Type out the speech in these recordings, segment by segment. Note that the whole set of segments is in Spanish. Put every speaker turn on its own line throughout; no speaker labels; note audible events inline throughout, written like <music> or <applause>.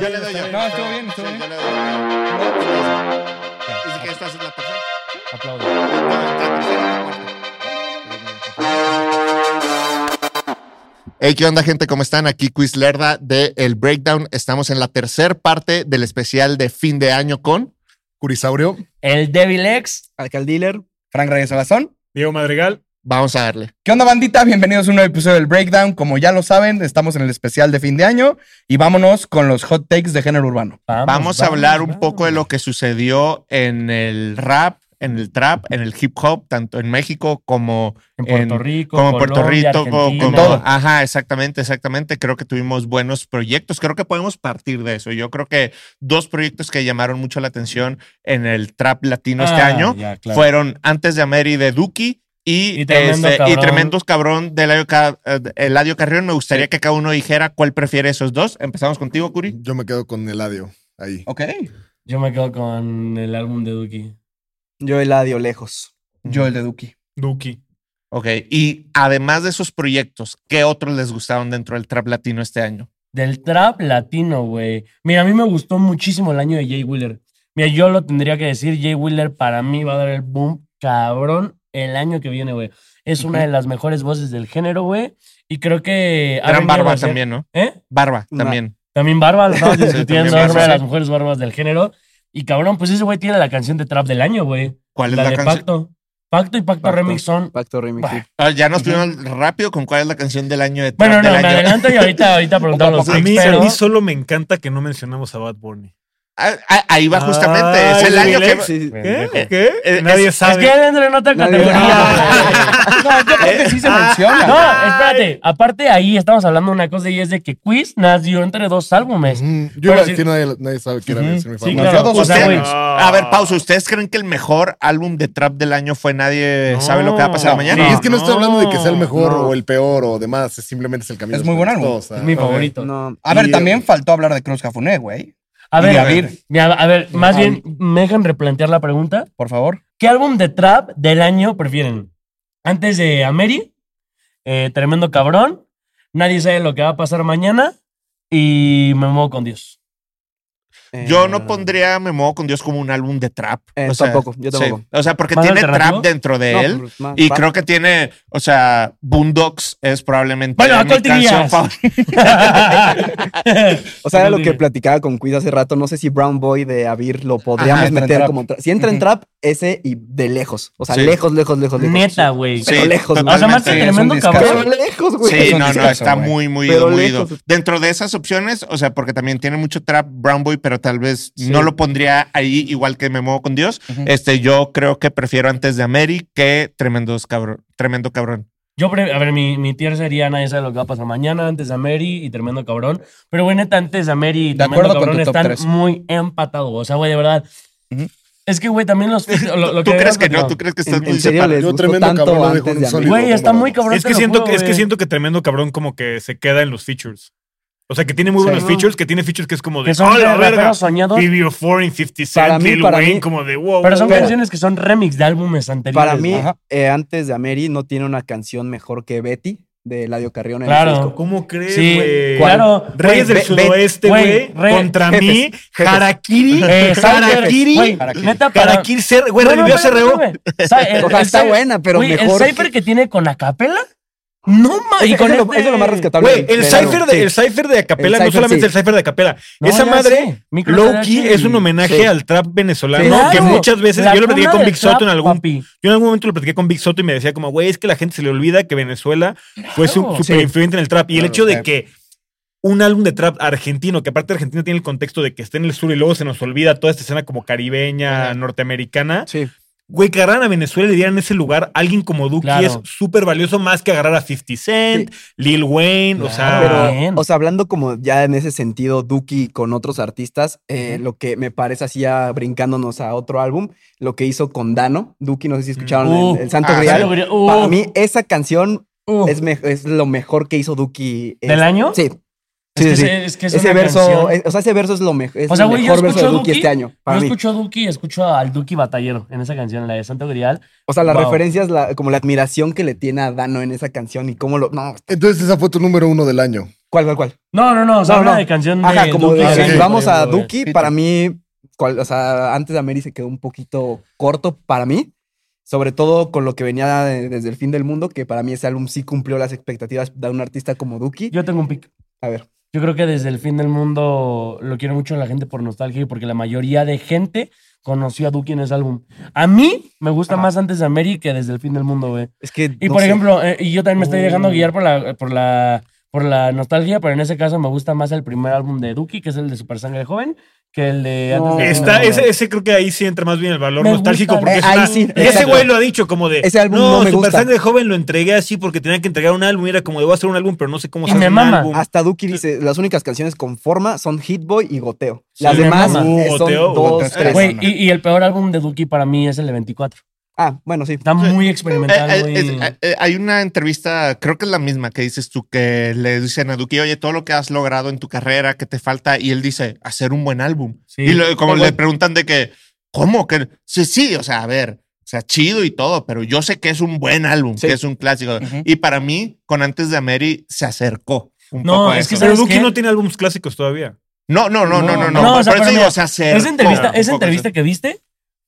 Yo le doy yo.
No, estuvo bien, estuvo
Sí, yo
bien.
le doy yo. Dice que
Ya,
esta es la tercera.
Aplaudo.
Hey, ¿qué onda, gente? ¿Cómo están? Aquí Quiz Lerda de El Breakdown. Estamos en la tercera parte del especial de fin de año con.
Curisaurio.
El Devil X,
Alcal Dealer.
Frank Reyes Salazón.
Diego Madrigal.
Vamos a darle.
¿Qué onda, bandita? Bienvenidos a un nuevo episodio del Breakdown. Como ya lo saben, estamos en el especial de fin de año y vámonos con los hot takes de género urbano.
Vamos, a hablar un poco de lo que sucedió en el rap, en el trap, en el hip hop, tanto en México como
En Puerto
en-
Rico.
como en
Colombia,
Puerto Rico, como,
Argentina.
como-
todo.
Ajá, exactamente, exactamente. Creo que tuvimos buenos proyectos. Creo que podemos partir de eso. Yo creo que dos proyectos que llamaron mucho la atención en el trap latino este
Ah,
año
ya, claro.
fueron Antes de Ameri de Duki y,
Y Tremendo
este, y
Cabrón.
Tremendos Cabrón de Eladio, Ca- eh, Eladio Carrión. Me gustaría que cada uno dijera cuál prefiere esos dos. Empezamos contigo, Curi.
Yo me quedo con Eladio ahí.
Ok.
Yo me quedo con el álbum de Duki.
Yo Eladio lejos.
Yo el de Duki.
Duki.
Ok, y además de esos proyectos, ¿qué otros les gustaron dentro del trap latino este año?
Del trap latino, güey. Mira, a mí me gustó muchísimo el año de Jay Wheeler. Mira, yo lo tendría que decir, Jay Wheeler para mí va a dar el boom cabrón el año que viene, güey. Es una de las mejores voces del género, güey. Y creo que... ha
Gran
venido a
Barba
hacer-
también, ¿no?
¿Eh?
Barba
Nah.
también.
También
<laughs>
barba, lo estamos discutiendo,
también
es una
barba,
de
sí.
las mejores barbas del género. Y cabrón, pues ese güey tiene la canción de trap del año, güey.
¿Cuál es
La,
la,
de
canción?
Pacto. Pacto y Pacto,
Pacto.
Remix son...
Pacto Remix.
Bah.
Ah, ya nos fuimos rápido con cuál es la canción del año de trap
Bueno, no,
del
me
año.
adelanto y ahorita, ahorita preguntamos los
A mí,
picks,
a
pero-
mí solo me encanta que no mencionamos a Bad Bunny.
Ah, ah, ahí va justamente.
Ay,
es el año que.
Alex. ¿Qué?
Sí,
Pendejo.
¿Qué?
Eh,
Nadie
es-
Es
sabe.
que él entra en otra
Nadie-
categoría.
No, yo creo que sí se menciona.
No, espérate. Aparte, ahí estamos hablando de una cosa y es de que Quiz nació entre dos álbumes.
Ujú. Yo
Pero
iba a
sí-
decir, nadie, nadie sabe quién
Ujú.
era mi
Sí,
favorito.
claro.
Nosotros
O sea,
ustedes-
güey,
No.
A ver, pausa. ¿Ustedes creen que el mejor álbum de trap del año fue Nadie
No.
sabe lo que va a pasar
No,
mañana?
Y es que no estoy hablando de que sea el mejor
No.
o el peor o demás, es simplemente es el camino.
Es
que
muy buen
me gustó,
álbum.
o sea.
Es mi favorito.
No.
A ver, también faltó hablar de Cruz Cafuné, güey.
A
Y de
ver,
Avir,
mira, a ver, más
Ah.
bien, me dejan replantear la pregunta.
por favor.
¿Qué álbum de trap del año prefieren? Antes de Ameri, eh, Tremendo Cabrón, Nadie sabe lo que va a pasar mañana y Me muevo con
<laughs>
Dios. <laughs>
Yo no pondría Me Muevo con Dios como un álbum de trap.
Eh,
O sea,
tampoco, yo
sí.
tampoco.
O sea, porque
¿Más
tiene
alternativo?
trap dentro de él.
pues,
Y creo que tiene, o sea, Boondocks es probablemente
Bueno, ¿a
mi
cuál te
canción
irías?
favorita.
O sea, era lo que platicaba con Cuida hace rato. No sé si Brown Boy de Avir lo podríamos
Ajá, entra en
meter
trap.
como. tra- Si entra en
Ujú.
trap, ese y de lejos. O sea,
Sí.
lejos, lejos, lejos, lejos.
Neta, güey.
Sí,
Pero lejos,
O sea,
totalmente.
güey.
más que
Sí, es
Tremendo
un discazo.
Pero
Cabrón.
lejos, güey.
Sí,
Es
no,
un
no,
discazo,
está
güey.
muy, muy
Pero
muy ido.
lejos.
Dentro de esas opciones, o sea, porque también tiene mucho trap Brown Boy, pero tal vez no lo pondría ahí igual que Me Muevo con Dios.
Ujú.
Este, yo creo que prefiero antes de Ameri que Tremendos Cabrón. Tremendo Cabrón.
Yo, pre- a ver, mi, mi tier sería Nadie sabe lo que va a pasar mañana, antes de Ameri y Tremendo Cabrón. Pero, güey, neta, antes de Ameri y
De
Tremendo
acuerdo con
Cabrón
tu top
están
tres.
muy empatados. O sea, güey, de verdad.
Ujú.
Es que, güey, también los. lo- lo
¿Tú crees
habíamos
que no?
platicado.
¿Tú crees que estás
En,
muy
en serio,
separado?
les
Yo
gustó
Tremendo
tanto
Cabrón dejó
antes
un
de
sólido.
América.
Güey, está muy cabrón.
Es
te
que
lo
siento
juro,
que es que
güey.
siento que tremendo cabrón como que se queda en los features. O sea, que tiene muy
Sí.
buenos
No.
features, que tiene features que es como de
Que son
¡Oh, la
de
verga!
raperos soñados.
Video 4 en 50
Para
Cent,
mí,
Lil
para
Wayne,
mí-
como de wow.
Pero son
Pero-
canciones que son remix de álbumes anteriores.
Para mí, <laughs>
güey.
Ajá.
eh, antes de Ameri, no tiene una canción mejor que Betty de Eladio Carrión. en el
Claro.
disco.
¿Cómo crees,
Sí,
güey?
claro.
Reyes del
Güey, ve- ve-
Sudoeste,
güey,
güey,
re-
contra
jefes,
mí,
jefes.
Harakiri,
Eh, Sounders, güey,
Harakiri,
Neta, para.
Harakiri, Cer- güey,
No, no,
revivió
espérame,
CRO.
espérame. O sea, el-
O sea,
el
está
Cypher-
buena, pero
güey,
mejor.
El Cypher que tiene con Acapela. No mames.
Ese- <laughs>
y con
ese es lo-
este-
ese es lo más rescatable.
Güey, el
del
cipher
álbum,
de,
sí.
el cipher de Acapela,
El
no
cipher,
solamente
sí.
el cipher de Acapela.
No,
Esa
ya
madre,
sé. Micro
Loki,
TDH.
es un homenaje
Sí.
al trap venezolano
Claro.
que muchas veces.
La
yo lo platiqué
cuna
con
del
Big Soto en
trap,
algún.
papi.
Yo en algún momento lo platiqué con Big Soto y me decía, como, güey, es que la gente se le olvida que Venezuela fue
Claro.
súper influyente en el trap. Y el
Claro,
hecho de
sí.
que un álbum de trap argentino, que aparte Argentina tiene el contexto de que está en el sur y luego se nos olvida toda esta escena como caribeña,
Ajá.
norteamericana.
Sí.
Güey, que agarraran a Venezuela y le dieran ese lugar a alguien como Duki
Claro.
es súper valioso más que agarrar a 50 Cent, Lil Wayne, o sea.
Claro.
Pero,
Ah, bien.
o sea, hablando como ya en ese sentido, Duki con otros artistas, eh, lo que me parece así ya brincándonos a otro álbum, lo que hizo con Dano, Duki, no sé si escucharon
Uh,
el, el Santo
ah,
Grial.
Santo
Uh,
Para mí, esa canción
uh.
es, me- es lo mejor que hizo Duki.
¿Del
Es-
año?
Sí.
Es
Sí,
que
sí,
ese- es que es
ese
una
verso,
canción.
es- o sea, ese verso es lo mejor, es
O sea,
el
güey, yo
mejor verso de
escucho
Duki
Duki,
este año. Para
Yo
mí.
escucho a Duki, escucho al Duki Batallero en esa canción, la de Santo Grial.
O sea, las
Wow.
referencias, la- como la admiración que le tiene a Dano en esa canción y cómo lo. No,
Entonces esa fue tu número uno del año.
¿Cuál, cuál, cuál?
No, no, no. O sea,
No,
habla
no.
de canción de.
Ajá, como
Duki,
de-
así,
si
güey,
vamos a
güey.
Duki, para mí, cual- o sea, antes de Ameri se quedó un poquito corto para mí, sobre todo con lo que venía de- desde el fin del mundo, que para mí ese álbum sí cumplió las expectativas de un artista como Duki.
Yo tengo un pick.
A ver,
Yo creo que desde el fin del mundo lo quiere mucho la gente por nostalgia y porque la mayoría de gente conoció a Duki en ese álbum. A mí me gusta
Ajá.
más antes de Ameri que desde el fin del mundo, güey.
es que.
Y
no
por
sé.
ejemplo, eh, y yo también me estoy dejando
Mm.
guiar por la, por la, por la nostalgia, pero en ese caso me gusta más el primer álbum de Duki, que es el de Super Sangre Joven, que el de
No.
de-
Está,
no,
ese, ese creo que ahí sí entra más bien el valor
Me
nostálgico.
gusta,
Porque
eh,
es
ahí
una-
sí,
y ese
exacto.
güey lo ha dicho como de.
Ese álbum no me gusta".
Supersangre Joven lo entregué así porque tenía que entregar un álbum. y Era como de voy a hacer un álbum, pero no sé cómo
Y
se hace
me
un
mama.
álbum.
Hasta Duki dice: las únicas canciones con forma son Hit Boy y Goteo. Las
me
demás
mama.
eh, son
Goteo,
dos,
Goteo es
tres.
Güey, y, y el peor álbum de Duki para mí es el de 24.
Ah, bueno, sí.
Está muy
Eh,
experimental,
eh,
muy...
es- eh, eh, hay una entrevista, creo que es la misma que dices tú, que le dicen a Duki, oye, todo lo que has logrado en tu carrera, que te falta, y él dice, hacer un buen álbum.
Sí.
Y lo- como
Tal
le
cual.
preguntan de que, ¿cómo? Que, sí, sí, o sea, a ver, o sea, chido y todo, pero yo sé que es un buen álbum,
Sí.
que es un clásico.
Ujú.
Y para mí, con Antes de Ameri, se acercó. Un
No,
poco a
es que
eso.
¿sabes
Pero Duki
qué?
no tiene álbumes clásicos todavía.
No, no, no, no,
No,
no,
no,
no.
o sea,
Por
pero
eso
mira,
digo, se acercó.
Esa entrevista,
un
esa
poco,
entrevista que viste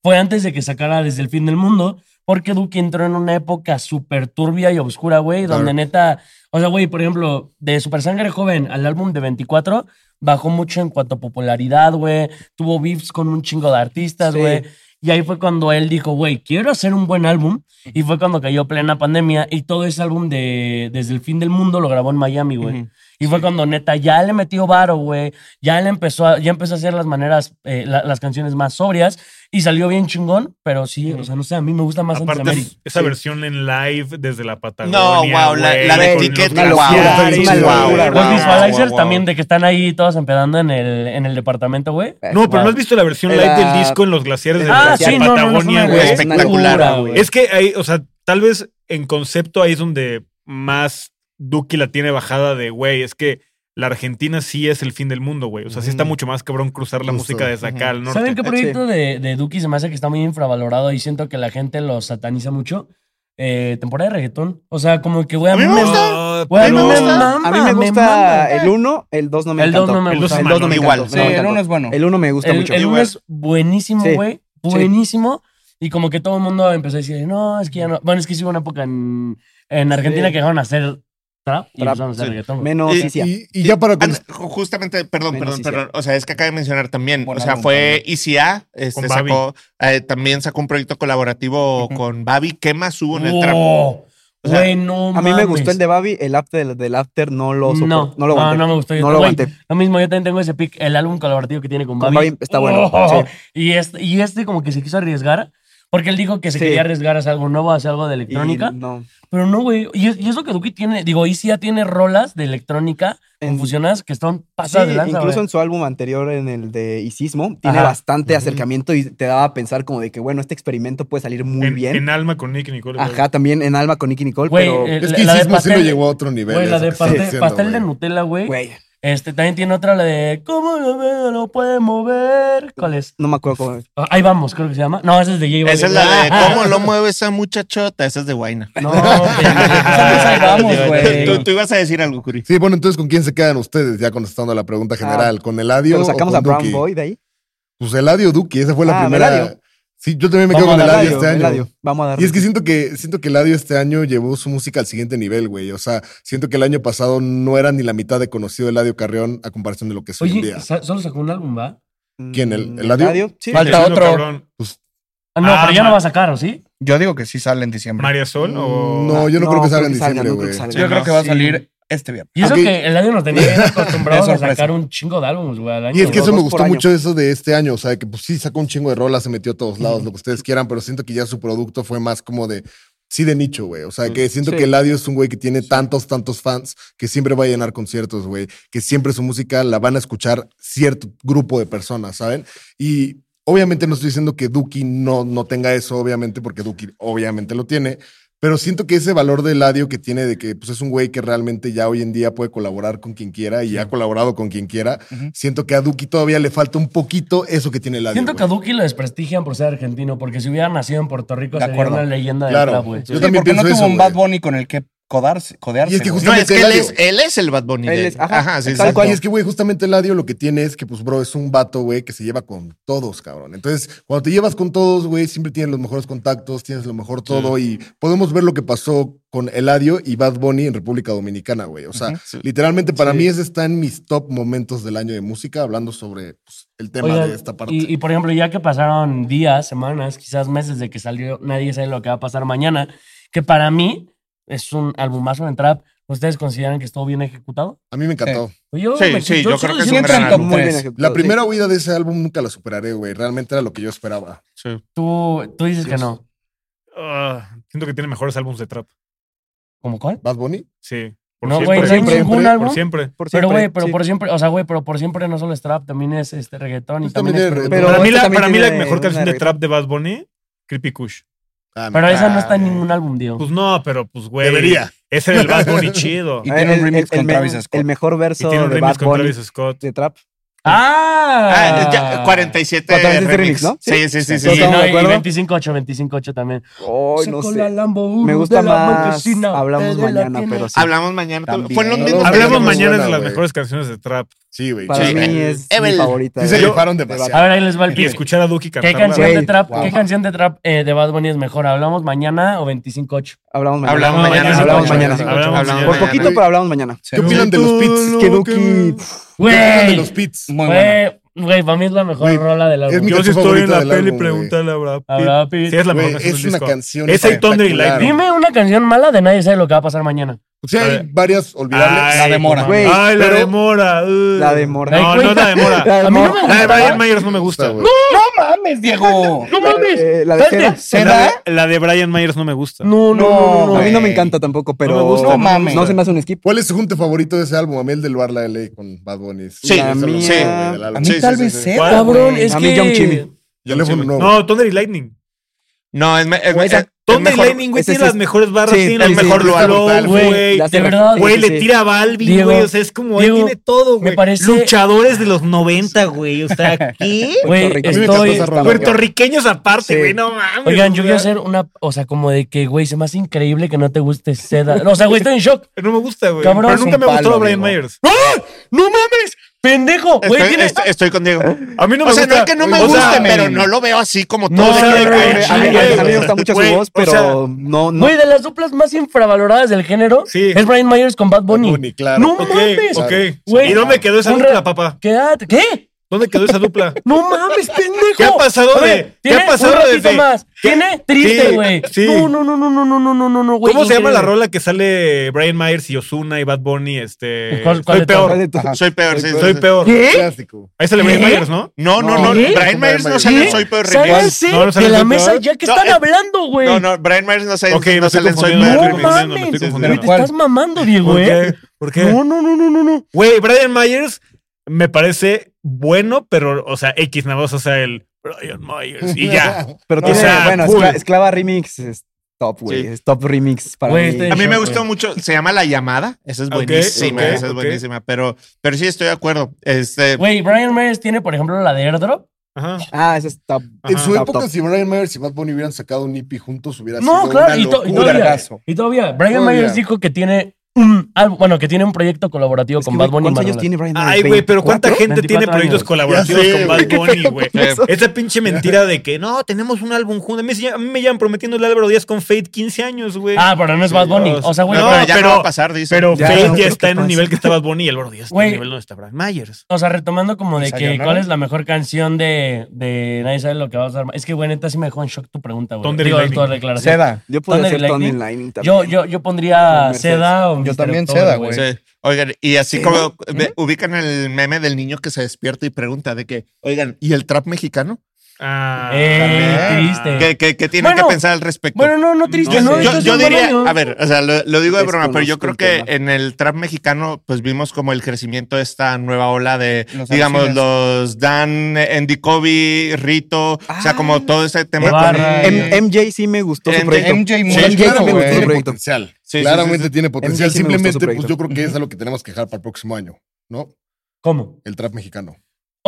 fue antes de que sacara desde el fin del mundo, porque Duki entró en una época súper turbia y oscura, güey, donde neta. O sea, güey, por ejemplo, de Super Sangre Joven al álbum de 24, bajó mucho en cuanto a popularidad, güey. Tuvo beefs con un chingo de artistas,
Sí. eh,
güey. Y ahí fue cuando él dijo, güey, quiero hacer un buen álbum. Y fue cuando cayó plena pandemia y todo ese álbum de Desde el fin del mundo lo grabó en Miami, güey. Y fue cuando neta ya le metió varo, güey. Ya le empezó a, ya empezó a hacer las maneras, eh, la- las canciones más sobrias y salió bien chingón, pero sí, o sea, no sé, a mí me gusta más
Aparte,
Antes de América.
esa versión en live desde la Patagonia.
No, wow, la,
güey,
la de
con los
etiqueta,
una
wow,
locura,
wow,
es una locura,
wow,
Los
wow,
visualizers
pues, ah, wow,
también
wow.
de que están ahí todos empedando en el, en el departamento, güey.
No, pero ¿no has visto la versión live
Era-
del disco en los glaciares de
Ah,
la
sí, no, no, no, es
Patagonia,
una-
güey?
es una
Espectacular,
locura,
güey.
Es que ahí, o sea, tal vez en concepto ahí es donde más Duki la tiene bajada de, güey, es que la Argentina sí es el fin del mundo, güey. O sea, sí está
Ujú.
mucho más cabrón cruzar la
Justo,
música desde acá al norte.
¿Saben qué
Sí.
proyecto de, de Duki se me hace que está muy infravalorado y siento que la gente lo sataniza mucho? Eh, temporada de reggaetón. O sea, como que, güey, a mí me gusta. Güey, a mí
pero-
me
A mí
mama,
me gusta
mama.
el 1, el 2 no me
El dos
encantó.
no me
El dos
gusta.
El 2 no me
Igual,
encantó,
Sí,
no me
el
encantó.
uno es bueno.
El 1 me gusta
el,
mucho.
el uno
Igual.
es buenísimo,
Sí,
güey. Buenísimo. Y como que todo el mundo empezó a decir, no, es que ya no. Bueno, es que sí hubo una época en, en Argentina
Sí.
que dejaron a hacer trap y
Trap,
empezaron a hacer
sí.
reggaetón. güey.
Menos
Y-
Isia.
Y, y ya para. con-
Antes, Ah, ju- justamente, perdón,
Menos
perdón,
ICA.
perdón. O sea, es que acabé de mencionar también.
Buen
o sea,
álbum
fue ICA, este,
Con Babi.
sacó, eh, también sacó un proyecto colaborativo con Babi. ¿Qué más hubo en el trap?
Wow.
O sea,
Güey, no
A mí me
mames.
gustó el de Babi, el after del after no
No,
lo soporto, no, lo
no,
aguanté.
no me gustó. Yo
No lo
güey,
aguanté.
Lo mismo, yo también tengo ese pick, el álbum colaborativo que tiene con
Con
Babi.
Babi está bueno,
Oh,
sí.
y, este, y este como que se quiso arriesgar, porque él dijo que se
Sí.
quería arriesgar a hacer algo nuevo, a hacer algo de
Y
electrónica.
no.
Pero no, güey. Y, es- y eso que Duki tiene, digo, Easy ya tiene rolas de electrónica
En-
confusionadas que están
Sí,
pasadas de lanza,
incluso
güey.
en su álbum anterior, en el de Isismo, tiene
Ajá.
bastante acercamiento y te daba a pensar como de que, bueno, este experimento puede salir muy
en,
bien.
en alma con Nick Nicole. güey.
Ajá, también en Alma con Nicky Nicole,
Güey,
pero...
eh,
es
la-
que
la de
Sismo sí lo
pastel-
llevó a otro nivel.
Güey, la
eso
de
que estoy
pastel,
diciendo,
pastel de
güey.
Nutella, güey.
Güey,
Este también tiene otra, la de ¿Cómo lo veo? ¿Lo puede mover? ¿Cuál es?
no me acuerdo cómo...
Ah, ahí vamos, creo que se llama. No, esa es de J Balvin. Ah,
Esa es la de ¿Cómo lo mueve esa muchachota? Esa es de Guayna.
No, pendejo.
ahí vamos, güey.
Tú, tú ibas a decir algo, Curi.
Sí, bueno, entonces, ¿con quién se quedan ustedes? Ya contestando a la
Ah.
pregunta general. ¿Con Eladio
Pero sacamos
o
a
con
Brown
Duki?
Boy de ahí.
Pues Eladio Duki, esa fue la
Ah,
primera.
Eladio.
Sí, yo también me quedo con
Vamos a
Eladio
darle,
este año.
Eladio, Vamos a darle.
Y es que siento que siento que Eladio este año llevó su música al siguiente nivel, güey. O sea, siento que el año pasado no era ni la mitad de conocido Eladio Carrión a comparación de lo que es hoy en
Oye,
día.
sa- solo sacó un álbum, ¿va?
Mm,
¿Quién, el- Eladio?
Sí.
Falta
Entiendo,
otro.
cabrón.
Ah, no,
Ah,
pero ya
ma-
no va a sacar, ¿o sí?
Yo digo que sí sale en diciembre.
María Sol o.
No, yo no, creo que salga en diciembre,
no creo que
güey.
salga.
Yo
Sí,
creo
no,
que va a
sí.
salir este viernes.
Y eso
Ok.
que el año nos tenía bien acostumbrados
De
a
sorpresa.
sacar un chingo de álbumes, güey, al año.
Y es que
güey.
eso me
dos por
gustó
año.
mucho eso de este año, o sea, que pues sí sacó un chingo de rolas, se metió a todos lados, lo que ustedes quieran, pero siento que ya su producto fue más como de sí de nicho, güey. O sea, que siento
Mm, Sí.
que Eladio es un güey que tiene tantos, tantos fans que siempre va a llenar conciertos, güey, que siempre su música la van a escuchar cierto grupo de personas, ¿saben? Y obviamente no estoy diciendo que Duki no, no tenga eso, obviamente, porque Duki obviamente lo tiene. Pero siento que ese valor de Eladio que tiene de que pues, es un güey que realmente ya hoy en día puede colaborar con quien quiera y ha colaborado con quien quiera, Siento que a Duki todavía le falta un poquito eso que tiene el
Siento que a Duki lo desprestigian por ser argentino, porque si hubiera nacido en Puerto Rico
De
sería
acuerdo.
una leyenda del
Claro.
trap, güey.
Yo
Sí,
también
porque no
pienso
tuvo
eso,
un
güey.
Bad Bunny con el que codarse, codearse.
Y es que
güey.
justo-
No, es que él
Eladio.
es, él es el Bad Bunny.
Él
de-
es- ajá,
sí,
tal
exacto.
cual.
Y es que, güey, justamente Eladio lo que tiene es que, pues, bro, es un vato, güey, que se lleva con todos, cabrón. Entonces, cuando te llevas con todos, güey, siempre tienes los mejores contactos, tienes lo mejor todo. Y podemos ver lo que pasó con Eladio y Bad Bunny en República Dominicana, güey. O sea,
Sí.
literalmente para
Sí.
mí ese está en mis top momentos del año de música, hablando sobre pues, el tema
Oigan,
de esta parte.
Y, y, por ejemplo, ya que pasaron días, semanas, quizás meses de que salió, nadie sabe lo que va a pasar mañana, que para mí es un albumazo en trap. ¿Ustedes consideran que estuvo bien ejecutado?
A mí me encantó.
Pues yo,
Sí,
me-
sí, yo creo
solo
que es un
siento
gran
que
álbum.
Muy bien
Pues,
ejecutado,
La
sí.
primera huida de ese álbum nunca la superaré, güey. Realmente era lo que yo esperaba.
Sí.
Tú, tú dices que no.
Ah, siento que tiene mejores álbumes de trap.
¿Cómo cuál?
Bad Bunny.
Sí. Por
No,
siempre.
güey, no hay
siempre,
ningún
siempre,
Por
álbum.
siempre.
Pero,
Por siempre,
güey, pero
sí.
por siempre, o sea, güey, pero por siempre no solo es trap, también es este reggaetón y
Sí,
este también,
también
es- pero,
es
reggaetón.
para mí, la,
también
para mí la
tiene
mejor
una
canción de
regga-
trap de Bad Bunny, Creepy Kush.
Ah,
pero esa no está en
ah,
ningún álbum, Dio.
Pues no, pero pues, güey.
Debería.
Ese era el Bad
<laughs>
Bunny chido.
Y
Y
Ah,
tiene un remix con
me-
Travis Scott.
El mejor verso
tiene un
de
remix
Bad
con
Bunny
Travis Scott.
de trap.
¡Ah!
Ah, ya, 47
47
remix.
remix, ¿no?
Sí, sí, sí. sí,
Sí,
Todos
sí.
estamos
no,
de
y
acuerdo.
25-8, 25-8 también.
Ay, no
Sacó
sé.
la Lambo Urus
Me gusta
de la
más
marquesina,
Hablamos
de la
Mañana,
tienda.
pero sí.
Hablamos mañana.
También.
Fueron los mismos
Hablemos
álbumes.
mañana de
buena,
las
güey.
mejores canciones de trap.
Sí, güey.
Para
Sí,
mí
eh,
es
Evel.
mi favorita.
Sí,
güey.
se rifaron de
de
pasear.
A ver, ahí les va el
Y
pitch.
escuchar a Duki
¿Qué
cantar.
canción, de
Güey,
trap,
wow.
¿Qué canción de trap eh, de Bad Bunny es mejor? ¿Hablamos mañana o 25-8?
Hablamos mañana.
Hablamos mañana.
Hablamos mañana.
Hablamos mañana.
Por poquito, pero hablamos mañana.
¿Qué opinan de los
Es
pits?
que Duki.
¿Qué opinan de
¡Güey!
los pits?
Muy buena.
Güey, güey, para mí es la mejor
Güey,
rola del álbum.
mi
Yo
canción
si estoy en
favorita
la
del
peli,
álbum, güey.
pregúntale a Brad
A
Pitt.
Brad Pitt.
Sí, es la mejor
Güey,
canción
es
del
una
disco.
canción
Ese y Thunder y
espectacular.
Lightning.
Dime una canción mala de nadie sabe lo que va a pasar mañana.
Sí, hay varias olvidables.
La de Mora.
Ay,
Güey,
Ay, la
pero-
demora. uh.
La de Mora.
No, no es la demora.
La de
A mí no
Mora.
me
La de
gusta.
Brian Myers no me gusta, güey.
¡No mames, Diego!
¡No
Eh,
mames!
la de
Espérate.
Seda.
¿Seda?
La de Brian Myers no me gusta.
No, no, no, no,
A
no.
mí no me
güey.
encanta tampoco, pero.
No me gusta,
no mames.
No se me hace un skip.
¿Cuál es su junte favorito de ese álbum? A mí el del Bar La LA con Bad Bunny.
Sí,
es lo
sí.
mejor, güey, del álbum.
A mí
Sí, sí,
tal
sí,
vez
sí.
sea.
Cabrón,
güey.
es
A mí Young
que...
Chimmy.
Teléfono no.
No, Thunder y Lightning.
No, es, me- es,
Güey,
es-
esa-
es
Thunder y
mejor.
Lightning, güey,
Ese
tiene
sí
las
es-
mejor barras.
sí,
Tiene
sí,
el
sí,
mejor
sí,
está
flow,
brutal,
güey.
Ya sé,
de verdad,
sí,
Güey,
sí,
le
sí.
tira a Balvin,
Diego,
güey. O sea, es como, él
Diego,
tiene todo,
me
güey.
parece-
Luchadores de los 90, güey. O sea, ¿qué?
Güey,
Rico.
A mí me encantó
estoy...
esa rola, güey.
Puertorriqueños aparte,
Sí.
güey. No mames.
Oigan, yo
o
quiero
sea,
hacer una... O sea, como de que, güey, se me hace increíble que no te guste Seda. O sea, güey, estoy en shock.
No me gusta, güey.
Cabrón,
Pero
es
nunca
un
me gustó
palo,
Brian
Diego.
Myers.
¡No mames! ¡Pendejo! Güey,
Estoy,
tiene...
estoy, estoy con Diego.
A mí no me
o sea,
gusta.
no es que no me
O
guste,
sea,
pero no lo veo así como
No,
todo. de que-
no,
ay,
no, no,
A mí,
ay,
a mí me
ay.
gusta mucho
Güey,
su voz,
o
pero
sea,
no, no.
Güey, de las duplas más infravaloradas del género
Sí.
es Brian Myers con Bad
Bad
Bunny.
Bunny, claro.
No
Ok,
mames.
ok.
Güey,
¿Y dónde quedó esa
un
dupla,
re-
papá?
Quédate. ¿Qué?
¿Dónde quedó esa dupla?
No mames, pendejo.
¿Qué ha pasado
A
de-
ver,
qué ha
tiene
pasado
un ratito
desde-
más. Tiene triste,
Sí,
güey.
sí.
No, no, no, no, no, no, no, no, no, no, <laughs> güey.
¿Cómo se llama la
increíble.
rola que sale Brian Myers y Ozuna y Bad Bunny? Este.
¿Cuál- cuál de
soy
Ay,
peor.
de tu-
Soy peor, sí,
Soy
sí.
peor.
¿Qué?
Clásico.
Ahí sale Brian
¿Qué?
Myers, ¿no?
No, no,
No,
no.
¿qué?
Brian Myers no
¿Qué?
sale en Soy Peor Remix.
Sálganse
No, no sale
de
el
la
Soy
mesa
Peor.
ya que
No,
están
eh,
hablando, güey.
No, no, Brian Myers no sale,
Ok, me
no
estoy
sale en Soy
confundiendo.
Peor
No
Remix.
mames.
me estoy
Pero
confundiendo.
te estás mamando, Diego,
¿Por
eh.
qué? ¿Por qué?
No, no, no, no, no, no.
Güey, Brian Myers me parece bueno, pero, o sea, X nada más, o sea, el Brian Myers
<laughs>
y ya.
Pero
O
tiene,
sea,
bueno,
cool.
escla- Esclava Remix es top, güey.
Sí.
Es top remix para
Güey,
mí.
este-
A mí me
Shock,
gustó
güey.
mucho, se llama La Llamada, esa es
Ok,
buenísima,
ok,
esa es
ok.
buenísima, pero, pero sí estoy de acuerdo. Este,
Güey, Brian Myers tiene, por ejemplo, la de Airdrop.
Ajá.
Ah, ese es top.
<laughs> En su
Top,
época,
top.
si Brian Myers y Bad Bunny hubieran sacado un hippie juntos, hubiera sido
No, claro,
una
y, to- y
locura.
todavía.
Vergazo.
Y todavía, Brian
Todavía.
Myers dijo que tiene un álbum, bueno, que tiene un proyecto colaborativo
Es Pues que,
con
güey,
Bad Bunny. y
¿Cuántos
Manuel.
años tiene Brian Myers?
Ay, güey, pero ¿cuánta
24?
gente tiene
24
colaborativos
años.
Ya sé,
colaborativos con
güey,
Bad
qué
Bunny, güey?
Eh,
Esa pinche mentira de que no, tenemos un álbum juntos. A mí, se- a mí me llevan prometiendo el Álvaro Díaz con Fate 15 años, güey.
Ah, pero no es Bad Bunny.
o sea,
O sea, güey,
no,
pero-
ya
pero-
no va a pasar, dice.
pero
Ya,
Fate
no
ya
creo
está
que
en un
pase.
nivel que está Bad Bunny y Álvaro Díaz está en
Güey.
un nivel donde está Brian Myers.
O sea, retomando como de que
Sayonara.
cuál es la mejor canción de, de Nadie sabe lo que va a pasar. Es que, güey, neta sí me dejó en shock tu pregunta, güey.
Thunder
Digo,
y Lightning.
tu declaración.
Seda.
Yo puedo
Thunder
hacer
Lightning.
Tony Lightning también.
Yo, yo, yo pondría
Mercedes.
Seda o
Yo
Mr.
también
October,
Seda, güey.
Sí. Oigan, y así como ve- ubican el meme del niño que se despierta y pregunta de que, oigan, ¿y el trap mexicano?
Ah,
Eh,
también.
triste.
¿Qué, qué- qué tienen
Bueno,
que pensar al respecto?
Bueno, no, no triste,
No
no.
sé.
yo,
esto es
yo
un
diría,
balaño.
a ver, o sea, lo, lo digo de broma, pero yo creo
Desconozco
que
el
en el trap mexicano, pues vimos como el crecimiento de esta nueva ola de,
Los
digamos,
alucines.
los Dan, Andy Kobe, Rito, o sea,
Ah.
como todo ese tema.
Ibarra,
con-
eh,
M- MJ sí me gustó su
MJ
proyecto.
MJ
Sí,
Muñoz,
claramente
güey.
tiene
Proyecto.
potencial.
Sí, sí,
claramente
sí, sí.
tiene potencial.
sí me gustó su
Simplemente, pues
proyecto.
yo creo que es algo que tenemos que dejar para el próximo año, ¿no?
¿Cómo?
El trap mexicano.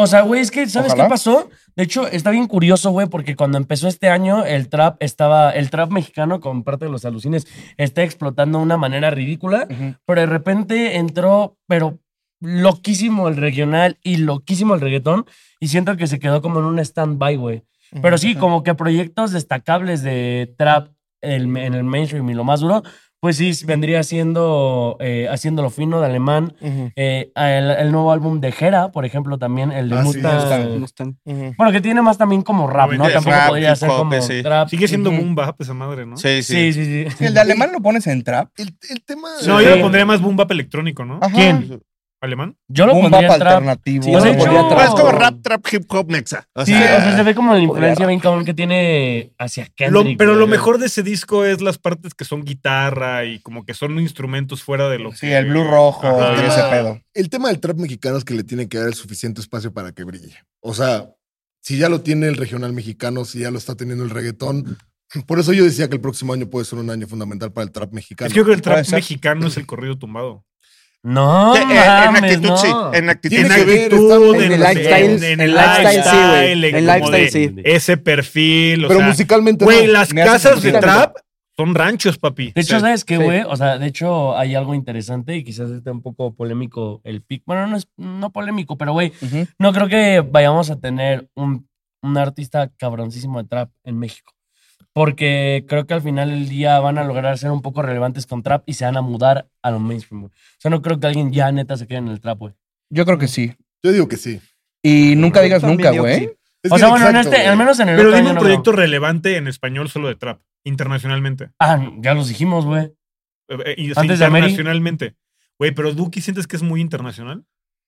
O sea, güey, es que, ¿sabes
Ojalá.
qué pasó? De hecho, está bien curioso, güey, porque cuando empezó este año, el trap estaba, el trap mexicano, con parte de los alucines, está explotando de una manera ridícula,
Ujú.
pero de repente entró, pero loquísimo el regional y loquísimo el reggaetón, y siento que se quedó como en un stand-by, güey. Pero sí, como que proyectos destacables de trap el- en el mainstream y lo más duro, pues sí, vendría siendo eh, Haciéndolo Fino de Alemán,
Ujú,
eh, el, el nuevo álbum de Jera, por ejemplo, también, el de
Ah, sí,
Mustang.
No están.
ujú.
Bueno, que tiene más también como rap, ¿no?
Obviamente,
Tampoco
rap,
podría ser
hip hop,
como
sí.
trap.
Sigue siendo
Ujú.
boom bap esa madre, ¿no?
Sí, sí.
Sí, sí, sí.
Sí, el de alemán lo pones en trap.
El, el tema.
No,
Sí.
yo le pondría más boom bap electrónico, ¿no?
Ajá.
¿Quién?
¿Alemán?
Yo lo
Un
pondría
mapa
en trap.
alternativo.
Sí,
Yo
Yo
le
le
pondría
pondría
trap.
Pero es como rap, trap, hip hop, mexa. O
Sí,
sea,
o sea, se ve como la
podría
influencia bien cabrón que tiene hacia
Lo-
Kendrick.
pero lo
güey.
mejor de ese disco es las partes que son guitarra y como que son instrumentos fuera de lo
Sí,
que-
el blue rojo
Ah,
Ajá.
y ese pedo.
El tema del trap mexicano es que le tiene que dar el suficiente espacio para que brille. O sea, si ya lo tiene el regional mexicano, si ya lo está teniendo el reggaetón. <laughs> Por eso yo decía que el próximo año puede ser un año fundamental para el trap mexicano.
Es que yo creo que el
Puede
trap
ser.
mexicano es el corrido <laughs> tumbado.
No,
eh, en
mames,
actitud,
no.
sí. En actitud.
Tiene
en
que ver,
actitud,
está-
en,
En el
en-
lifestyle,
en,
en
el
el lifestyle, sí, güey.
lifestyle,
En
en como
lifestyle,
de
sí.
ese perfil. O
Pero
sea,
musicalmente.
güey,
no.
las
Me hace
casas de
sentido.
trap son ranchos, papi.
De hecho,
O sea,
¿sabes qué,
sí.
güey? O sea, de hecho, hay algo interesante y quizás esté un poco polémico el pic. Bueno, no es no polémico, pero, güey,
Ujú.
no creo que vayamos a tener un, un artista cabroncísimo de trap en México. Porque creo que al final del día van a lograr ser un poco relevantes con trap y se van a mudar a lo mainstream, güey. O sea, no creo que alguien ya neta se quede en el trap, güey.
Yo creo que sí.
Yo digo que sí.
Y nunca digas
También
nunca,
digo que
güey.
sí.
Es
O
bien
sea, bueno, en
exacto,
este,
güey.
al menos en el
pero
otro
dime
año
un
no
proyecto
creo.
relevante en español solo de trap, internacionalmente.
Ah, ya los dijimos, güey.
Eh, eh, y-
Antes de Ameri.
internacionalmente. Güey, pero Duki sientes que es
<laughs>
muy internacional.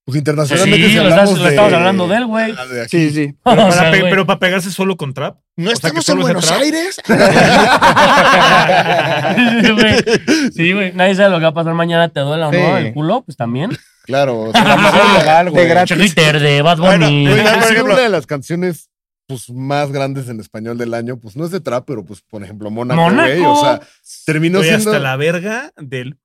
Pues
Sí,
internacionalmente. si
lo,
hablamos
estás- lo estamos hablando de él,
<laughs>
güey.
Ah, de aquí.
Sí, sí.
Pero,
O
para,
sea,
pe-
güey.
pero para pegarse solo con trap.
No
O sea,
estamos
que
en
solo es el
Buenos
trap.
Aires.
Sí, güey. <laughs> Sí, güey. Nadie sabe lo que va a pasar mañana. ¿Te duela o no
Sí.
el culo? Pues también. <laughs>
Claro. o
A lo
sea,
mejor global, güey.
De gratis.
Twitter de Bad
Bueno, güey,
Bunny.
Oye,
por
inclusive
ejemplo-
una de las canciones pues, más grandes en español del año, pues no es de trap, pero pues, por ejemplo, Mónaco,
Mónaco.
güey. O sea, terminó
Estoy
siendo.
hasta la verga del.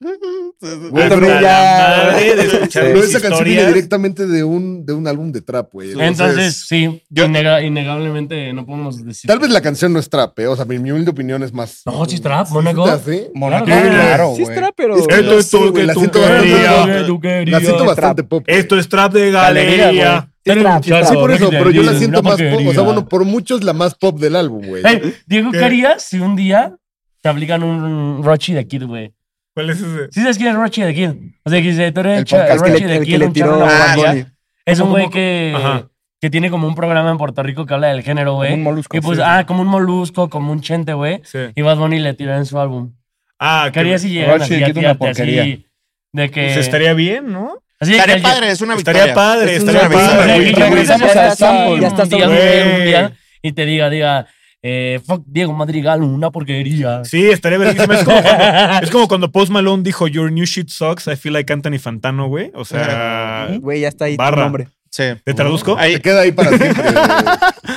Güey,
hasta
pero
la
ya-
madre de escuchar
Pero
mis
esa canción viene
historias.
directamente de un, de un álbum de trap, güey.
<laughs> Entonces, sí,
yo-
innega- innegablemente no podemos decir.
Tal vez la canción no es trap, ¿eh? O sea, mi, mi humilde opinión es más.
No, sí es trap,
¿Sí
Mónaco.
se te hace?
Monaco,
Claro, güey.
claro,
Sí
güey.
estará, pero...
Es que
Esto
no
es
sé,
todo
güey,
que
la
tú
siento
querías.
bastante.
Tú
La siento
Es
bastante
trap.
pop. güey.
Esto es trap de
Galería, güey.
galería.
Dale
trap,
un chazo,
Sí, por
no
eso,
te
pero yo la
ríes,
siento
una
más pop. O sea,
porquería.
bueno, por mucho es la más pop del álbum, güey.
Ey, Diego,
¿Qué?
¿qué harías si un día te aplican un Rochi de Kid, güey?
¿Cuál es ese?
¿Sí sabes quién es Rochi de Kid? O sea, que dice, tú eres
El
el, cha- el
podcast
el
Rochi
que le-
de
el
Kid,
que le
un
tiró
charro
a
de
Bad
Guardia.
Bunny.
Es un
¿Cómo,
güey
cómo,
que,
Ajá.
que tiene como un programa en Puerto Rico que habla del género,
Como
güey.
un molusco.
Y pues,
sí.
ah, como un molusco, como un chente, güey.
Sí.
Y Bad Bunny le tiró en su álbum.
Ah,
¿Qué harías si llegan
Rochi
así
de
a
Kid una
tirarte así
porquería.
De que...
Pues estaría bien, ¿no?
así de que
Estaría
alguien-
padre, es una victoria.
Estaría padre,
Es
estaría
una
padre.
victoria.
güey.
Que
Regresamos
güey,
al
así,
sample.
Ya estás
un día,
sobre-
güey, un día, y te diga, diga, eh, fuck Diego Madrigal, una porquería.
Sí, estaría verguísima. Es como, cuando, es como cuando Post Malone dijo, Your new shit sucks, I feel like Anthony Fantano, güey. O sea,
Güey, ya está ahí tu
Barra.
nombre.
Sí.
¿te traduzco?
Ahí-
Te queda ahí para siempre.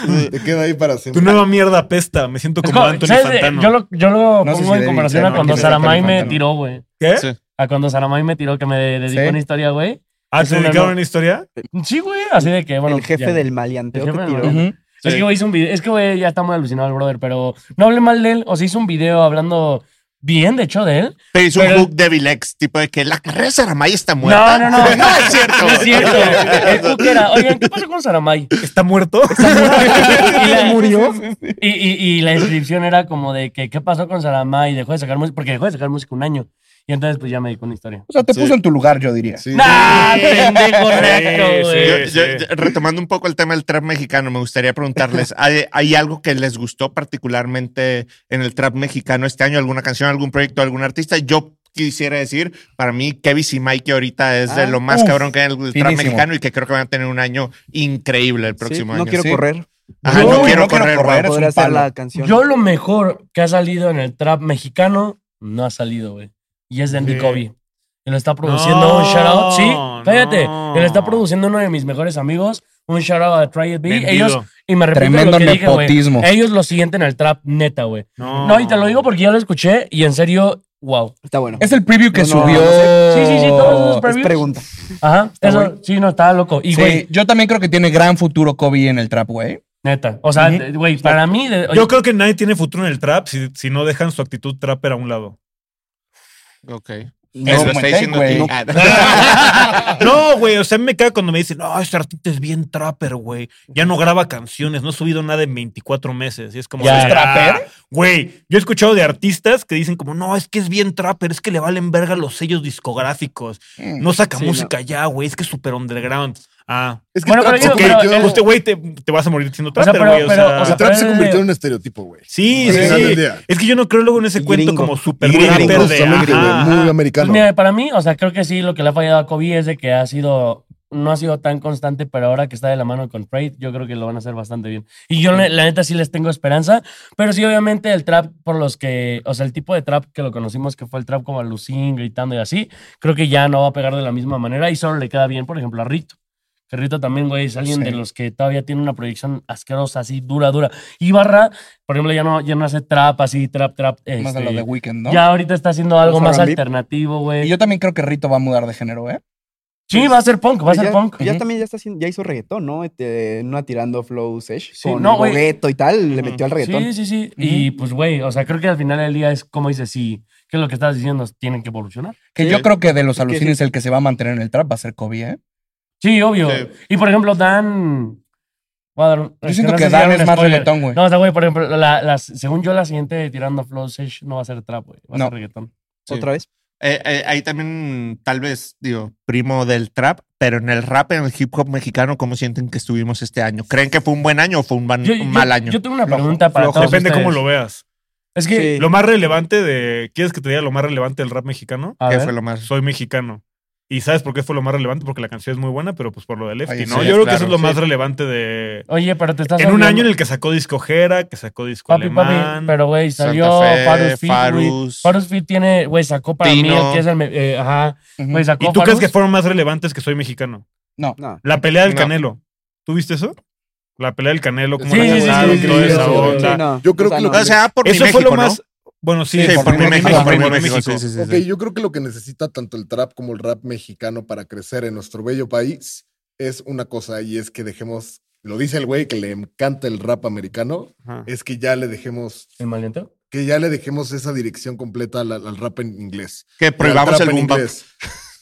güey. Te queda ahí para
Tu
siempre.
nueva mierda pesta, me siento
Es
como
como,
Anthony
¿sabes?
Fantano.
Yo lo, yo lo
No sé
pongo
si
en
de-
comparación
de-
a
no,
cuando
quién es
Saramay
Anthony
me
Fantano.
tiró, güey.
¿Qué?
Sí.
A cuando Saramay me tiró, que me dedicó
Sí.
una historia, güey.
Ah,
Es
¿te
una
dedicaron
no-
una historia?
Sí, güey, así de que, bueno.
el jefe
ya.
del maleanteo
El
que
jefe del
tiró.
maleanteo.
Ujú.
Es que, güey, hizo un video. Es que, güey, ya está muy alucinado el brother, pero no hablé mal de él. O sea, hizo un video hablando bien, de hecho, de él.
Te hizo
Pero-
un hook Devil X, tipo de que la carrera de Saramay está muerta.
No, no,
<laughs>
no.
no es cierto.
No es cierto. El hook era, oigan, ¿qué pasó con Saramay?
¿Está muerto?
Y la-
¿Murió?
Y, y, y la inscripción era como de que qué pasó con Saramay, dejó de sacar música, porque dejó de sacar música un año. Y entonces pues ya me dedicó una historia.
O sea, te
Sí.
puso en tu lugar, yo diría.
Sí.
¡Nah, pendejo
Sí,
naco,
Yo-
güey!
sí.
yo- yo- retomando un poco el tema del trap mexicano, me gustaría preguntarles, ¿hay, hay algo que les gustó particularmente en el trap mexicano este año? ¿Alguna canción, algún proyecto, algún artista? Yo quisiera decir, para mí, Kevin y Mike ahorita es de
Ah,
lo más
uf,
cabrón que hay en el trap
finísimo.
mexicano y que creo que van a tener un año increíble el
Sí,
próximo
no
año.
quiero
Sí.
correr.
Ajá,
Yo
no,
no
quiero
quiero
correr,
correr.
guau.
Eres
Podría
un
ser
palo.
la canción.
Yo lo mejor que ha salido en el trap mexicano no ha salido, güey. Y es de Andy
Sí.
Kobe. Y lo está produciendo un shout out. Sí, cállate.
no.
Y lo está produciendo uno de mis mejores amigos. Un shout out a Try It B.
Vendido.
Ellos, y me repito
Tremendo
lo que dije, güey.
nepotismo.
Ellos lo siguienten en el trap neta, güey. No, y te lo digo porque ya lo escuché y en serio wow.
Está bueno.
Es el preview que
No, no,
subió.
no
Sí, sí, sí, todos esos
Es
previews.
pregunta.
Ajá,
Está
eso,
bueno.
sí, no, estaba loco. Y,
Sí,
güey,
yo también creo que tiene gran futuro Kobe en el trap, güey.
neta, o sea, de- güey, para mí... de-
Yo creo que nadie tiene futuro en el trap si, si no dejan su actitud trapper a un lado.
Ok.
No,
Eso está
Montek,
diciendo
güey.
que-
No. <laughs>
No, güey, o sea, a mí me caga cuando me dicen, no, este artista es bien trapper, güey. Ya no graba canciones, no ha subido nada en 24 meses. Y es como,
Ya.
"Ah,
¿Es
trapper?
Güey, yo he escuchado de artistas que dicen como, no, es que es bien trapper, es que le valen verga los sellos discográficos.
Mm,
No saca
Sí,
música ya, güey, es que es súper underground. Ah,
Es que
Bueno,
el
pero
trap,
yo-
se
ok,
pero
convirtió-
el-
usted, güey, te, te vas a morir siendo
O sea,
trapper,
pero-
güey. O
pero,
sea,
o sea,
el trap se
pero-
convirtió en un estereotipo, güey.
sí,
al
sí,
final
sí.
del día.
Es que yo no creo luego en ese
Y
cuento
gringo.
como
Y
súper
gringo,
trapper de
justamente, güey,
ajá,
Muy
ajá.
Pues
americano.
mira, para mí, o sea, creo que sí, lo que le ha fallado a Kobe es de que ha sido, no ha sido tan constante, pero ahora que está de la mano con Freight, yo creo que lo van a hacer bastante bien. Y yo, la la neta, sí les tengo esperanza, pero sí, obviamente, el trap por los que, o sea, el tipo de trap que lo conocimos, que fue el trap como a Lucín, gritando y así, creo que ya no va a pegar de la misma manera y solo le queda bien, por ejemplo, a Rito. Que Rito también, güey, es alguien
Sí.
de los que todavía tiene una proyección asquerosa, así, dura, dura. Y Barra, por ejemplo, ya no, ya no hace trap, así, trap, trap.
Más de
este,
lo de Weekend, ¿no?
Ya eh. ahorita está haciendo algo
Vamos
más
a R&B.
alternativo,
Y
güey.
yo también creo que Rito va a mudar de género, ¿eh?
Sí, va a ser punk, va a
Pues
ser
ya,
punk.
Ya
Ujú.
también ya, está haciendo, ya hizo reggaetón, ¿no? Este, en una tirando flow sesh
Sí,
con
no, güey.
Bogueto y tal, le metió al reggaetón.
Sí, sí, sí. Y pues, güey, o sea, creo que al final del día es como dices, sí, que lo que estás diciendo tienen que evolucionar.
Que
Sí.
yo creo que de los
Es que sí.
alucines el que se va a mantener en el trap va a ser Kobe, ¿eh?
Sí, obvio.
Sí.
Y por ejemplo, Dan. voy a dar un-
Yo siento
no
que
sé si
Dan
era un
es más
spoiler.
reggaetón, güey.
No, o sea, güey, por ejemplo, la, la- según yo, la siguiente de Tirando Flow Sesh no va a ser trap, güey. Va a
No.
ser reggaetón.
Sí.
Otra vez.
Eh, eh, ahí también, tal vez, digo, primo del trap, pero en el rap, en el hip hop mexicano, ¿cómo sienten que estuvimos este año? ¿Creen que fue un buen año o fue un, ban-
Yo,
Mm, un
yo-
mal año?
yo tengo una
Flojo,
pregunta para
flojo.
todos.
Depende
ustedes.
cómo lo veas.
Es que.
Sí.
Lo más relevante de. ¿Quieres que te diga lo más relevante del rap mexicano?
a
¿Qué
ver.
fue lo más?
Soy mexicano. ¿Y sabes por qué fue lo más relevante? Porque la canción es muy buena, pero pues por lo de Lefty,
Oye,
¿no?
sí,
Yo creo que
claro,
eso es lo
sí.
más relevante de.
Oye, pero te estás.
En un
olvidando-
año en el que sacó disco Ojera, que sacó disco
Papi,
alemán.
papi, pero güey,
Santa
salió
Fe,
Farus Fit, güey.
Farus.
Farus Fit tiene, güey, sacó para mí
Tino.
el que es el. me- eh, ajá.
Mm.
Ujú.
Güey, sacó
¿Y tú crees
Farus.
que fueron más relevantes que Soy Mexicano?
No.
No.
La pelea del
No.
Canelo. ¿tú viste eso? La pelea del Canelo, cómo
Sí,
la
sí, sí,
acusaron,
sí, sí,
toda
sí,
esa
sí, sí.
onda.
no.
Yo creo
O sea,
que lo-
no.
O sea, por
Eso
mi
fue
México,
lo más.
¿no?
Bueno, sí,
Sí,
por
por
mi
mi
México,
México,
por
por
mi
mi
México.
México. Sí, sí, sí,
Ok,
sí.
yo creo que lo que necesita tanto el trap como el rap mexicano para crecer en nuestro bello país es una cosa y es que dejemos, lo dice el güey que le encanta el rap americano,
Ajá.
es que ya le dejemos,
¿El maliento?
que ya le dejemos esa dirección completa al, al rap en inglés.
Que
Al
prohibamos
trap
el
en
boom bap.
inglés.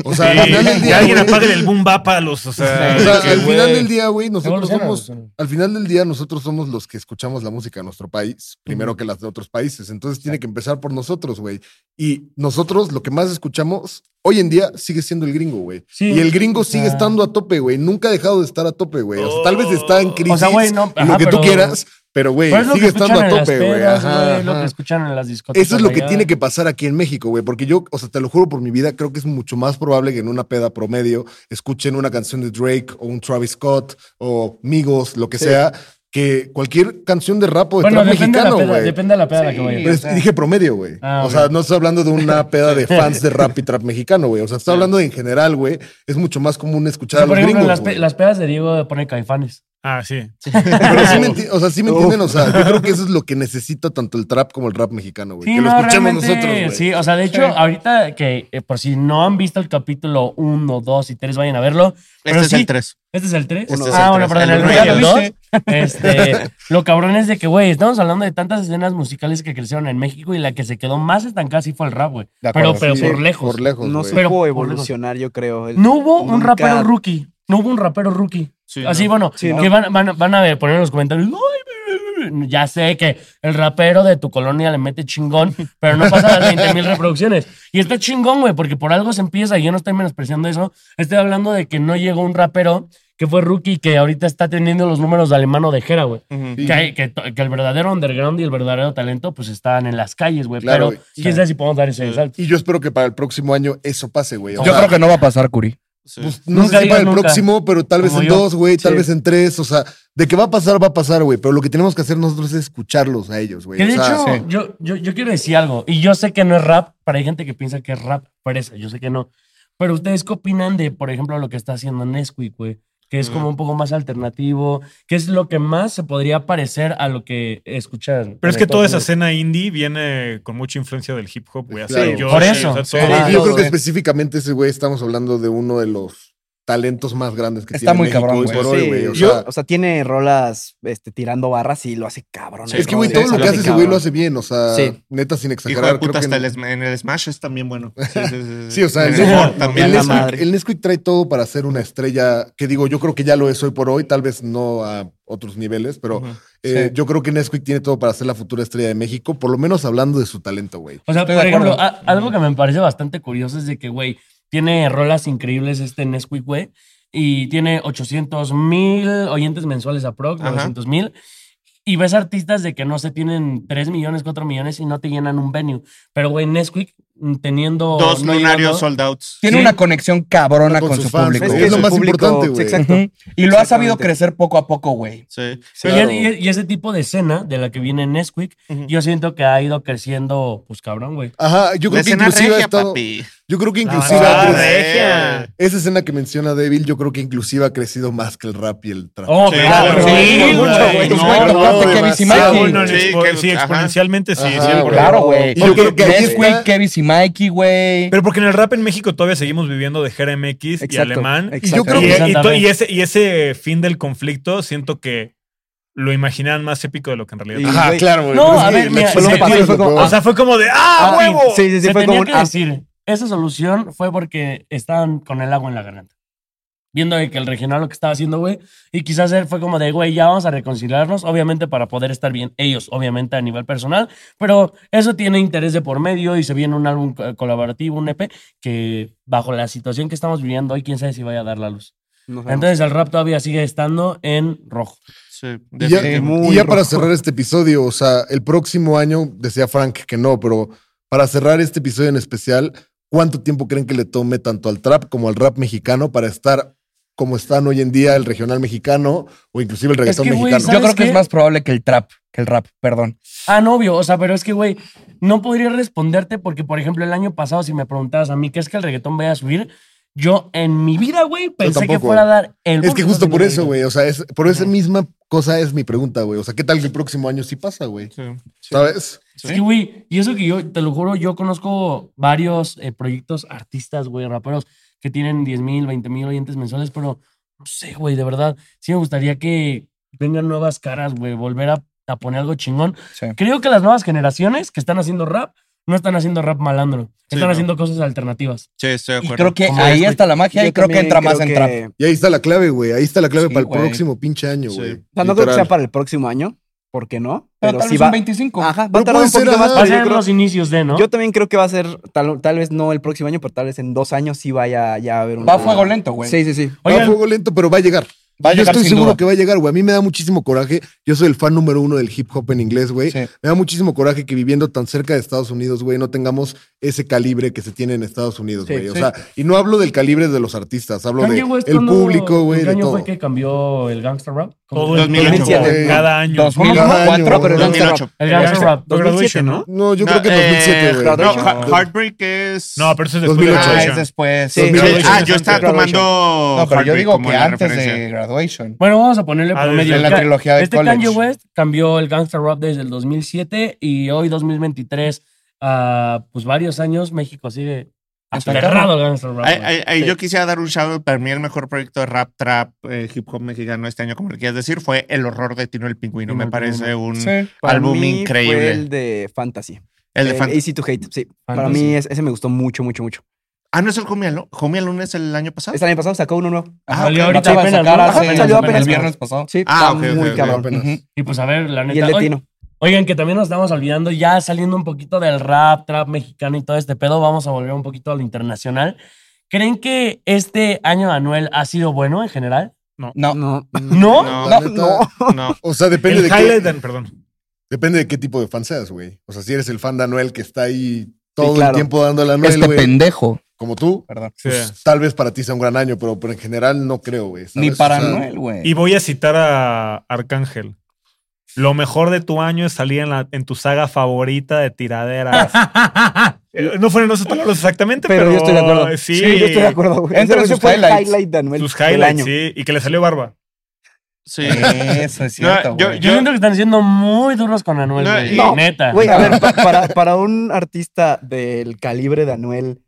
O sea,
Sí,
al final del
que
día,
alguien
güey,
apague el boom bap a los. O sea,
o sea,
que,
al
güey,
final del día, güey, nosotros
Evoluciona,
somos
evoluciona.
al final del día, nosotros somos los que escuchamos la música de nuestro país, primero que las de otros países. Entonces tiene que empezar por nosotros, güey. Y nosotros lo que más escuchamos hoy en día sigue siendo el gringo, güey.
Sí.
y el gringo sigue
sea-
estando a tope, güey. Nunca ha dejado de estar a tope, güey. O sea, tal vez está en crisis,
O sea, güey, no. ajá,
lo que
pero-
tú quieras, pero, güey,
pero es lo
sigue
que escuchan
estando a
en las
tope, güey.
pedas,
Ajá,
güey, Lo
ajá.
que escuchan en las discotecas.
Eso es lo que
allá.
tiene que pasar aquí en México, güey, porque yo, o sea, te lo juro por mi vida, creo que es mucho más probable que en una peda promedio escuchen una canción de Drake o un Travis Scott o Migos, lo que sea, que cualquier canción de rap o de
Bueno,
trap
depende,
mexicano,
de la peda,
güey.
depende de la peda a la que vaya.
Pero es- dije promedio, güey.
Ah,
o
ok.
sea, no estoy hablando de
<laughs>
una peda de fans de rap y trap mexicano, güey. O sea, estoy hablando de en general, güey. Es mucho más común
O
escuchar
sea,
a los
por ejemplo,
gringos.
las, pe-
güey.
las pedas de Diego pone caifanes.
Ah, sí.
Pero sí me, enti- o sea, sí me entienden. O sea, yo creo que eso es lo que necesita tanto el trap como el rap mexicano, güey.
Sí,
que lo
no,
escuchemos
realmente,
nosotros, güey.
Sí, o sea, de hecho, ahorita que eh, por si no han visto el capítulo 1, 2 y 3, vayan a verlo. Pero
Este es
sí,
el 3.
¿Este es el 3?
Este es
ah,
el
bueno,
tres. El
perdón, el
uno
1
ya
y el
lo
2. Este, lo cabrón es de que, güey, estamos hablando de tantas escenas musicales que crecieron en México y la que se quedó más estancada sí fue el rap, güey.
De
Pero,
acuerdo,
pero
Sí,
por lejos.
Por lejos,
No
güey.
supo
Pero por
evolucionar, yo creo. El-
No hubo un
Nunca-
rapero rookie. No hubo un rapero rookie. Así, bueno,
Sí,
que
no.
van, van, van a poner en los comentarios. "Ay, ya sé que el rapero de tu colonia le mete chingón, pero no pasa las 20 mil reproducciones. Y está chingón, güey, porque por algo se empieza. Y yo no estoy menospreciando eso. Estoy hablando de que no llegó un rapero que fue rookie que ahorita está teniendo los números de alemano de Jera, güey. Que, hay- que to- que el verdadero underground y el verdadero talento, pues estaban en las calles, güey.
Claro,
pero
güey.
quién sabe si podemos dar ese salto.
Y yo espero que para el próximo año eso pase, güey. O
Yo
sea, pues,
creo que no va a pasar, Curi.
Sí.
No
Nunca
sé si para
digas
el
nunca.
próximo, pero tal vez
Como
en
yo.
dos, güey, tal
Sí.
vez en tres. O sea, de que va a pasar, va a pasar, güey. Pero lo que tenemos que hacer nosotros es escucharlos a ellos, güey.
Que de
O sea,
hecho,
sí.
yo, yo, yo quiero decir algo, y yo sé que no es rap, pero hay gente que piensa que es rap, por eso, yo sé que no. Pero ustedes qué opinan de, por ejemplo, lo que está haciendo Nesquik, güey, que que es
Mm.
como un poco más alternativo, que es lo que más se podría parecer a lo que escuchar.
Pero es que toda esa
escena
escena indie viene con mucha influencia del hip hop, güey. Así
Claro.
yo
Por
sé,
eso.
o sea,
Sí,
todo-
Ah,
Eh, yo creo
todo
que
bien.
específicamente ese güey estamos hablando de uno de los talentos más grandes que
Está
tiene
muy
México
cabrón,
hoy
güey.
por hoy, güey. O
yo-
sea,
o sea, tiene rolas este, tirando barras y lo hace cabrón.
Sí,
el
es que, güey,
brother,
todo lo
lo
que hace ese güey lo
cabrón.
hace bien. O sea,
Sí.
neta, sin
Hijo de puta,
exagerar. creo que
hasta
no-
el, sm- en el Smash es también
<laughs>
bueno. Sí, sí, sí,
Sí, o sea,
En
el,
el
Nesquik-
Sport también.
el
la
Nesquik-
madre.
el Nesquik trae todo para ser una estrella, que digo, yo creo que ya lo es hoy por hoy, tal vez no a otros niveles, pero
Ujú.
eh,
Sí.
yo creo que Nesquik tiene todo para ser la futura estrella de México, por lo menos hablando de su talento, güey.
O sea,
Estoy
por
de acuerdo.
ejemplo, a- algo que me parece bastante curioso es de que, güey, tiene rolas increíbles este Nesquik, güey, y tiene 800 mil oyentes mensuales aprox,
Ajá.
900 mil. Y ves artistas de que no se tienen 3 millones, 4 millones y no te llenan un venue. Pero, güey, Nesquik mm, teniendo.
Dos
no
lunarios
llegando-
sold outs.
Tiene
Sí.
una conexión cabrona
Con
con,
sus
su
fans,
público.
Es
güey.
que
Es lo
su
más
público-
importante, güey.
sí, Exacto.
Ujú. Y lo ha sabido
Exactamente.
crecer poco a poco, güey.
Sí.
Y- Y, y ese tipo de escena de la que viene Nesquik,
Ujú.
yo siento que ha ido creciendo, pues cabrón, güey.
Ajá, yo
La
creo que
escena
inclusive ha
regia,
estado.
papi.
Yo creo que
La
inclusive.
banda
ha
Ah,
crecido-
regia.
Esa escena que menciona Devil, yo creo que inclusive ha crecido más que el rap y el trap.
Oh,
Sí,
claro,
claro,
sí,
sí,
mucho,
güey,
güey.
no,
No, no,
no, no,
no.
Kevin
Sí,
Simaki.
bueno, en
Sí,
expo-
que-
sí,
ajá.
exponencialmente sí.
Ajá,
sí,
güey.
por-
Claro, güey.
Y yo creo que ahí está-
Nesquik, Kevin y Mikey, güey.
Pero porque en el rap en México todavía seguimos viviendo de Jera MX y
Exacto,
alemán.
exacto.
Y yo creo
Y,
que.
Exacto.
y to- y ese, y ese fin del conflicto siento que lo imaginaban más épico de lo que en realidad.
Y-
Ajá.
Ajá,
güey,
claro, güey.
no,
pero es
a
que
ver,
la
mira,
explosión
ese
pasa
tío
es
fue
lo
como-
peor.
O sea, fue como de ¡Ah,
Ah,
huevo!
Sí, sí, sí,
Se
fue
tenía
como un
que
ah,
decir, esa solución fue porque estaban con el agua en la garganta. Viendo de que el regional lo que estaba haciendo, güey, y quizás él fue como de, güey, ya vamos a reconciliarnos, obviamente para poder estar bien ellos, obviamente a nivel personal, pero eso tiene interés de por medio y se viene un álbum co- colaborativo, un EP, que bajo la situación que estamos viviendo hoy, quién sabe si vaya a dar la luz.
no sabemos.
Entonces el rap todavía sigue estando en rojo.
Sí,
Y ya,
definitivamente.
muy
y ya
rojo.
para cerrar este episodio, o sea, el próximo año, decía Frank que no, pero para cerrar este episodio en especial, ¿cuánto tiempo creen que le tome tanto al trap como al rap mexicano para estar como están hoy en día el regional mexicano o inclusive el reggaetón
que, güey,
mexicano?
¿sabes
Yo creo que
qué?
es más probable que el trap, que el rap, perdón.
Ah, no, obvio. O sea, pero es que, güey, no podría responderte porque, por ejemplo, el año pasado, si me preguntabas a mí qué es que el reggaetón vaya a subir, yo en mi vida, güey, pensé
tampoco.
que fuera a dar el.
es que
boom
justo
en
por
el
eso, güey, o sea, es, por esa misma cosa es mi pregunta, güey. O sea, ¿qué tal que el próximo año sí pasa, güey?
Sí.
¿Sabes?
Sí, güey. Y eso que yo, te lo juro, yo conozco varios eh, proyectos artistas, güey, raperos que tienen 10 mil, 20 mil oyentes mensuales, pero no sé, güey, de verdad. Sí me gustaría que vengan nuevas caras, güey, volver a, a poner algo chingón.
Sí.
Creo que las nuevas generaciones que están haciendo rap no están haciendo rap malandro,
Sí,
están
no.
haciendo cosas alternativas.
Sí, estoy de
Y
acuerdo.
creo que
¿Cómo ves,
ahí
güey?
está la magia
Yo
y creo que
también
entra más
creo
en
que-
trap.
Y ahí está la clave, güey. Ahí está la clave
Sí,
para el
güey.
próximo pinche año,
Sí.
güey.
O
O sea, no creo que
Literal.
sea para el próximo año, porque no, pero,
Pero tal
sí
vez
va.
un 25.
Ajá, va a
Pero
tardar
puede
un
ser,
poquito más.
ajá.
Va a
pero yo
ser
creo-
los inicios de, ¿no?
Yo también creo que va a ser, tal, tal vez no el próximo año, pero tal vez en dos años sí vaya ya a haber un.
Va a fuego lento, güey.
Sí, sí, sí.
Va a
Oigan,
fuego lento, pero va a llegar.
Va a
yo
llegar
estoy
sin
seguro
duda.
que va a llegar, güey. A mí me da muchísimo coraje. Yo soy el fan número uno del hip hop en inglés, güey.
Sí.
Me da muchísimo coraje que viviendo tan cerca de Estados Unidos, güey, no tengamos ese calibre que se tiene en Estados Unidos,
Sí,
güey. O
sí.
sea, y no hablo del calibre de los artistas, hablo
Kanye
de
West
el
cuando-
público, güey,
¿en
de
¿Qué año
todo.
fue que cambió el gangster rap? Como-
Todo el
2008,
2007,
güey.
cada año.
2004, pero el
Dos mil
2008.
gangsta rap.
El gangster
Gangsta-
rap.
The Graduation, ¿no?
No, yo creo que
eh,
2007, güey.
no,
Graduation.
Heart- Heartbreak es.
No, pero eso es después
2008.
Ah,
de
es
la
después.
Sí.
Sí,
Graduation
Ah,
es
yo estaba
antes.
tomando.
No, pero yo
Heartbreak
digo
como
que
la
antes
referencia.
de Graduation.
Bueno, vamos a ponerle
Ah,
por medio.
desde
la
Ca-
trilogía de
Este
college.
Kanye West cambió el gangster rap desde el 2007 y hoy, 2023, a pues varios años, México sigue
Ah,
Hasta
aferrado al gangster rap.
Ay,
güey.
ay, ay,
Sí.
Yo quisiera dar un shout out para mí el mejor proyecto de rap, trap, eh, hip hop mexicano este año, como le quieras decir, fue El horror de Tino el Pingüino.
Tino
Me
el
parece
Pingüino.
un
Sí.
Para
álbum
mí Fue
increíble.
el de Fantasy. Eh,
el de Fan-
Easy to Hate, sí. Para
Fantasy.
mí es- ese me gustó mucho, mucho, mucho.
Ah, no es el Homie Alone. Homie Alone es el año pasado.
Este año pasado sacó uno nuevo.
Ah,
Salió
ok.
ahorita
Acaba de
apenas,
sacar
¿no?
hace-
Apenas,
salió
apenas,
el
apenas.
viernes pasado.
Sí,
Ah,
está
ok, ok,
muy
ok.
cabrón.
Apenas.
<laughs> Ujú.
Y pues a ver, la neta.
Y el de
oye,
Tino.
Oigan, que también nos estamos olvidando, ya saliendo un poquito del rap, trap mexicano y todo este pedo, vamos a volver un poquito a lo internacional. ¿Creen que este año de Anuel ha sido bueno en general?
No.
No,
¿No?
No,
La
No,
neta,
no.
no.
O sea, depende
El
de
highlight
qué,
and- perdón.
depende de qué tipo de fan seas, güey. O sea, si eres el fan de Anuel que está ahí todo el
claro.
tiempo dándole a Anuel,
Este
güey,
pendejo.
como tú,
Perdón.
Sí.
pues, tal vez para ti sea un gran año, pero, pero en general no creo, güey.
Ni
¿sabes?
para
O sea,
Noel, güey.
Y voy a citar a Arcángel. Lo mejor de tu año es salir en, la, en tu saga favorita de tiraderas.
<laughs>
Eh, no fueron esas palabras exactamente, pero,
Pero yo estoy de acuerdo.
Sí,
yo estoy de acuerdo, güey.
Entre
Ese
sus
fue el
highlights.
highlight de Anuel
sus
del
highlights,
año.
sí. Y que le salió barba.
<laughs>
Sí.
Eso es
No,
cierto,
yo-
güey.
Yo
yo-
siento que están siendo muy duros con Anuel,
No,
güey.
y-
No,
neta.
Güey, a
<laughs>
ver, pa- para, para un artista del calibre de Anuel,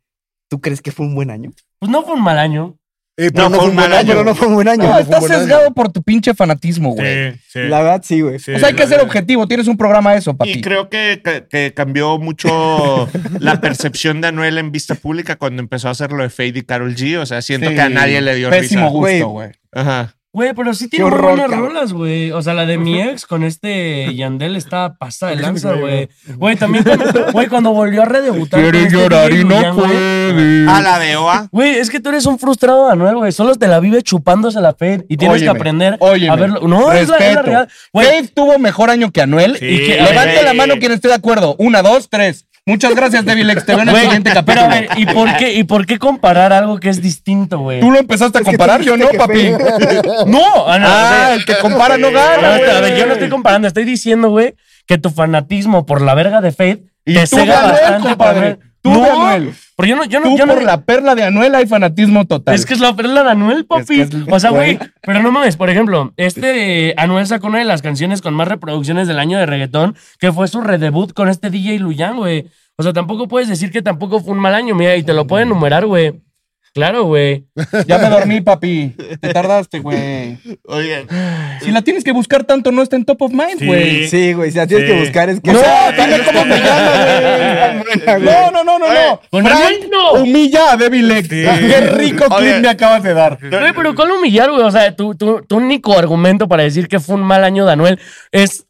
¿tú crees que fue un buen año? Ah,
Pues no fue un mal año.
Eh, pero
No,
no, fue un mal año.
Pero no fue un buen año.
No,
fue
estás
buen año.
sesgado por tu pinche fanatismo, güey.
Sí, sí.
La verdad, sí, güey.
Sí,
O sea, hay que
la
ser
verdad.
objetivo. Tienes un programa de eso,
Y
papi.
creo que, que- que cambió mucho la percepción de Anuel en vista pública cuando empezó a hacer lo de Fade y Carol G. O sea, siento
Sí.
que a nadie le dio
Pésimo
risa.
gusto,
Güey.
güey.
Ajá.
Güey, pero sí tiene
horror,
muy buenas
cabrón.
rolas, güey. O sea, la de mi ex con este Yandel está pasada de
Sí, me
lanza,
cayó.
güey. Güey, también cuando, güey, cuando volvió a redebutar. con
Quiere
este
llorar
DJ
y no
Luyan, güey.
puede.
A la de OA.
Güey, es que tú eres un frustrado de Anuel, güey. Solo te la vive chupándose la fe y tienes que
Óyeme,
aprender
óyeme.
a verlo. No, es la, es la
Respeto.
realidad. Güey,
Dave tuvo mejor año que Anuel.
Sí,
y que,
güey.
levante la mano quien esté de acuerdo. Una, dos, tres. Muchas gracias, Devil X. Te veo en el
güey,
siguiente
pero a
capítulo.
ver, ¿y por qué, y por qué comparar algo que es distinto, güey?
Tú lo empezaste a comparar, yo no, papi. <laughs>
No, Ana, o sea,
Ah, el que compara no
A
gana,
ver,
güey.
a ver, yo no estoy comparando, estoy diciendo, güey, que tu fanatismo por la verga de Faith te
tú
cega
de Anuel,
bastante.
compadre.
para ver-
Tú de
No,
Anuel.
Pero yo no, yo no,
Tú
yo no.
por la perla de Anuel hay fanatismo total.
Es que es la perla de Anuel, papi.
Es que es-
o sea, güey, pero no mames. Por ejemplo, este eh, Anuel sacó una de las canciones con más reproducciones del año de reggaetón, que fue su redebut con este DJ Luyan, güey. O sea, tampoco puedes decir que tampoco fue un mal año, mira, y te lo puedo
Mm.
enumerar, güey. Claro, güey.
Ya me dormí, papi. Te tardaste, güey.
Oye,
Si la tienes que buscar tanto, no está en top of mind,
Sí.
güey.
Sí, güey. Si la tienes
Sí.
que buscar es que.
No,
Sí,
dime cómo se llama, güey. No, no, no, no, no.
Con
Frank
Anuel no.
humilla a Devil X.
Sí.
Qué rico
Oye.
clip me acabas de dar.
Güey, pero ¿cuál humillar, güey? O sea, tu, tu, tu único argumento para decir que fue un mal año de Anuel es